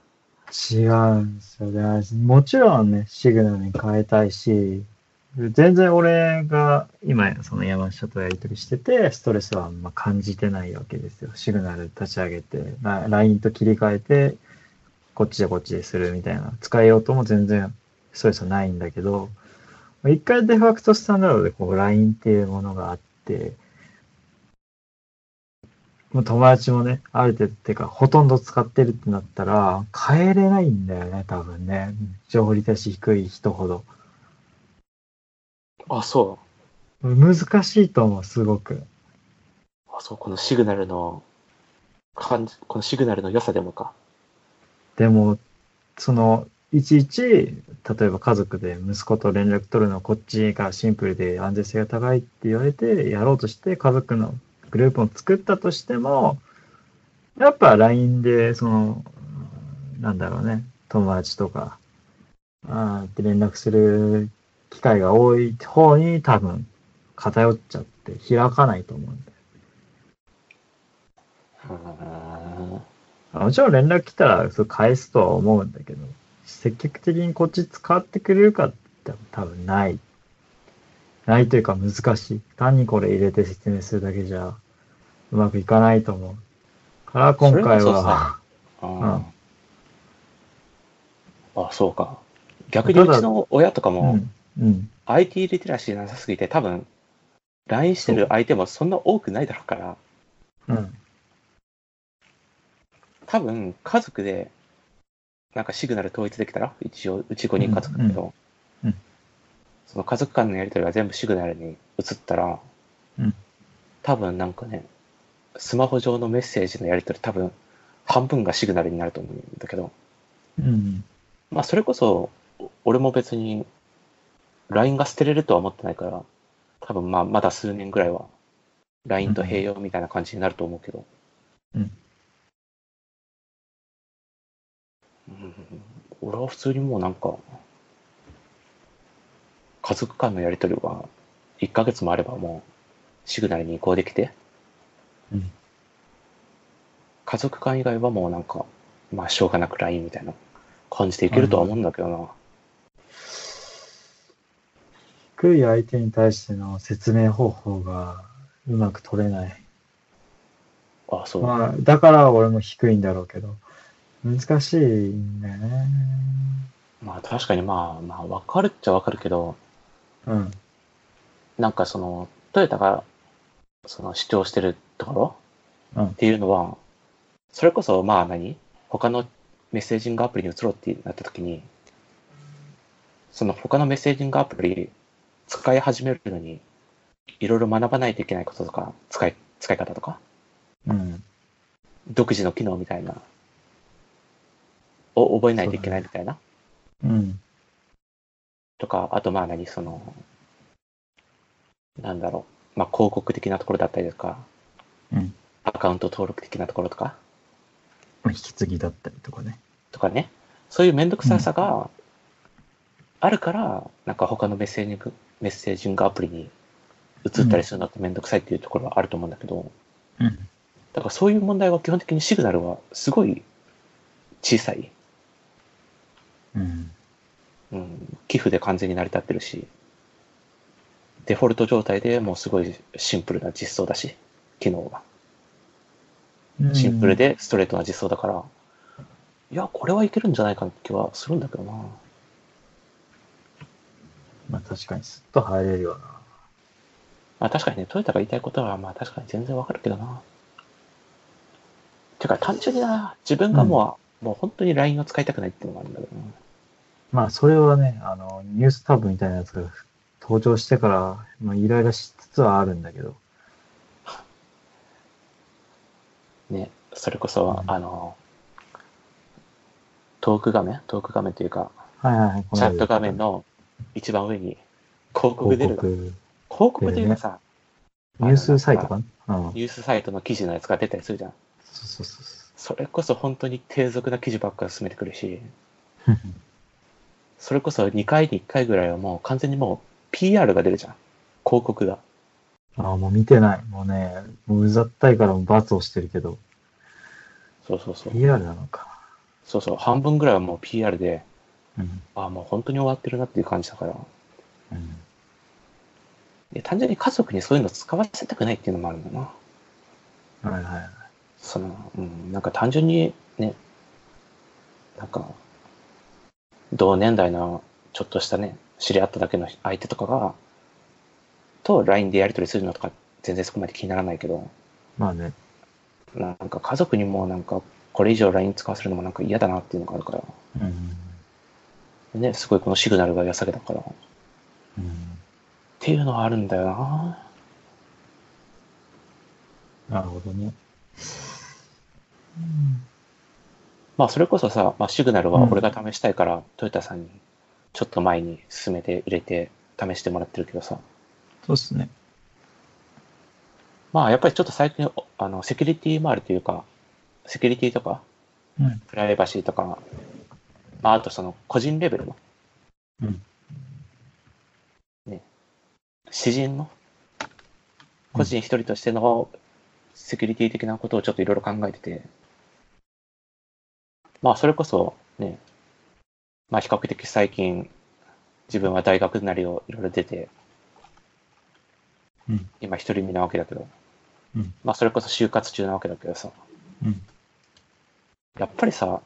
Speaker 2: 違うんですよね。もちろんね、シグナルに変えたいし、全然俺が今その山下とやり取りしてて、ストレスはあんま感じてないわけですよ。シグナル立ち上げて、ラ LINE と切り替えて、こっちでこっちでするみたいな。使いようとも全然ストレスはないんだけど、一回デファクトスタンダードでこう LINE っていうものがあって、もう友達もね、ある程度、てか、ほとんど使ってるってなったら、変えれないんだよね、多分ね。情報リテラシー低い人ほど。
Speaker 1: あ、そ
Speaker 2: 難しいと思う、すごく。
Speaker 1: う。あ、そう、このシグナルの、感じ、このシグナルの良さでもか。
Speaker 2: でも、その、いちいち、例えば家族で息子と連絡取るのこっちがシンプルで安全性が高いって言われてやろうとして家族のグループを作ったとしても、やっぱ LINE で、その、うんなんだろうね、友達とか、あーって連絡する機会が多い方に多分偏っちゃって開かないと思うんだよ
Speaker 1: うん。
Speaker 2: もちろん連絡来たらそう返すとは思うんだけど、積極的にこっち使ってくれるかって多分ない。ないというか難しい。単にこれ入れて説明するだけじゃうまくいかないと思う。から今回
Speaker 1: それこそ
Speaker 2: は
Speaker 1: さ、あーあ、そうか。逆に
Speaker 2: た
Speaker 1: う
Speaker 2: だ
Speaker 1: ちの親とか
Speaker 2: う
Speaker 1: も、
Speaker 2: ん、うん。
Speaker 1: IT リテラシーなさすぎて、多分、LINE してる相手もそんな多くないだろうから、
Speaker 2: うん。
Speaker 1: 多分、家族で、なんかシグナル統一できたら、一応、うち5人家族だけど、
Speaker 2: うんうん
Speaker 1: その家族間のやりとりが全部シグナルに移ったら、
Speaker 2: うん
Speaker 1: 多分なんかね、スマホ上のメッセージのやりとり、多分、半分がシグナルになると思うんだけど、
Speaker 2: うん。
Speaker 1: まあ、それこそ、お俺も別に、LINE が捨てれるとは思ってないから、多分まあ、まだ数年ぐらいは、LINE と併用みたいな感じになると思うけど。
Speaker 2: うん
Speaker 1: うん。俺は普通にもうなんか、家族間のやりとりは、1ヶ月もあればもう、シグナルに移行できて、
Speaker 2: うん
Speaker 1: 家族間以外はもうなんか、まあ、しょうがなく LINE みたいな感じでいけるとは思うんだけどな。
Speaker 2: 低い相手に対しての説明方法がうまく取れない。
Speaker 1: あ、そう。
Speaker 2: まあ、だから俺も低いんだろうけど、難しいんだよね。
Speaker 1: まあ確かにまあまあ分かるっちゃ分かるけど、
Speaker 2: うん。
Speaker 1: なんかそのトヨタがその主張してるとこ
Speaker 2: う
Speaker 1: ろ
Speaker 2: ん
Speaker 1: っていうのは、それこそまあ何他のメッセージングアプリに移ろうってなった時に、その他のメッセージングアプリ使い始めるのに、いろいろ学ばないといけないこととか、使い、使い方とか、
Speaker 2: うん。
Speaker 1: 独自の機能みたいな、を覚えないといけないみたいな。
Speaker 2: うん。
Speaker 1: とか、あとまあ何、その、なんだろう、まあ広告的なところだったりとか、
Speaker 2: うん
Speaker 1: アカウント登録的なところとか、
Speaker 2: まあ引き継ぎだったりとかね。
Speaker 1: とかね、そういうめんどくささがあるから、なんか他のメッセージング、メッセージングアプリに移ったりするのってめんどくさいっていうところはあると思うんだけど、
Speaker 2: うん。
Speaker 1: だからそういう問題は基本的にシグナルはすごい小さい。
Speaker 2: うん。
Speaker 1: うん、寄付で完全に成り立ってるし、デフォルト状態でもうすごいシンプルな実装だし、機能が。シンプル。でストレートな実装だから、いや、これはいけるんじゃないかって気はするんだけどな。
Speaker 2: まあ確かにスッと入れるよな。
Speaker 1: まあ確かにね、トヨタが言いたいことは、まあ確かに全然わかるけどな。てか単純にな、自分がもう、もう本当に LINE を使いたくないっていうのがあるんだけどな。
Speaker 2: まあそれはね、あの、ニュースタブみたいなやつが登場してから、まあいろいろしつつはあるんだけど。
Speaker 1: ね、それこそ、
Speaker 2: うん
Speaker 1: あの、トーク画面トーク画面というか、
Speaker 2: はいはいはい。こ
Speaker 1: チ
Speaker 2: の間
Speaker 1: ャット画面の一番上に広告出
Speaker 2: 広
Speaker 1: る。広
Speaker 2: 告、
Speaker 1: 告というかさ、
Speaker 2: ニュースサイトかなうん。
Speaker 1: ニュースサイトの記事のやつが出たりするじゃん。
Speaker 2: そうそうそうそ
Speaker 1: それこそ本当に低俗な記事ばっか進めてくる し、
Speaker 2: う。
Speaker 1: それこそ2回に1回ぐらいはもう完全にもう PR が出るじゃん。広告が。
Speaker 2: ああ、もう見てない。もうね、もううざったいからもう罰をしてるけど、
Speaker 1: そうそうそう。
Speaker 2: リアルなのか。
Speaker 1: そうそう。半分ぐらいはもう PR で、
Speaker 2: うん。
Speaker 1: ああ、もう本当に終わってるなっていう感じだから。
Speaker 2: うん。
Speaker 1: で単純に家族にそういうの使わせたくないっていうのもあるんだな。
Speaker 2: はいはいはい。
Speaker 1: その、うん、なんか単純にね、なんか、同年代のちょっとしたね、知り合っただけの相手とかが、と LINE でやり取りするのとか、全然そこまで気にならないけど、
Speaker 2: まあね。
Speaker 1: なんか家族にもなんか、これ以上 LINE 使わせるのもなんか嫌だなっていうのがあるから、
Speaker 2: うん。
Speaker 1: でね、すごいこのシグナルが良さげだから、っ
Speaker 2: うん。
Speaker 1: ていうのはあるんだよな。
Speaker 2: なるほどね。
Speaker 1: まあ、それこそさ、まあ、シグナルは俺が試したいから、トヨタさんにちょっと前に進めて入れて試してもらってるけどさ、
Speaker 2: そうですね。
Speaker 1: まあ、やっぱりちょっと最近、おあの、セキュリティ周りというか、セキュリティとか、
Speaker 2: うん
Speaker 1: プライバシーとか、まあ、あとその個人レベルの、
Speaker 2: うん
Speaker 1: ね、詩人の、個人一人としてのセキュリティ的なことをちょっといろいろ考えてて、まあ、それこそ、ね、まあ、比較的最近、自分は大学なりをいろいろ出て、
Speaker 2: うん
Speaker 1: 今一人身なわけだけど、
Speaker 2: うん
Speaker 1: まあ、それこそ就活中なわけだけどさ、
Speaker 2: うん
Speaker 1: やっぱりさ、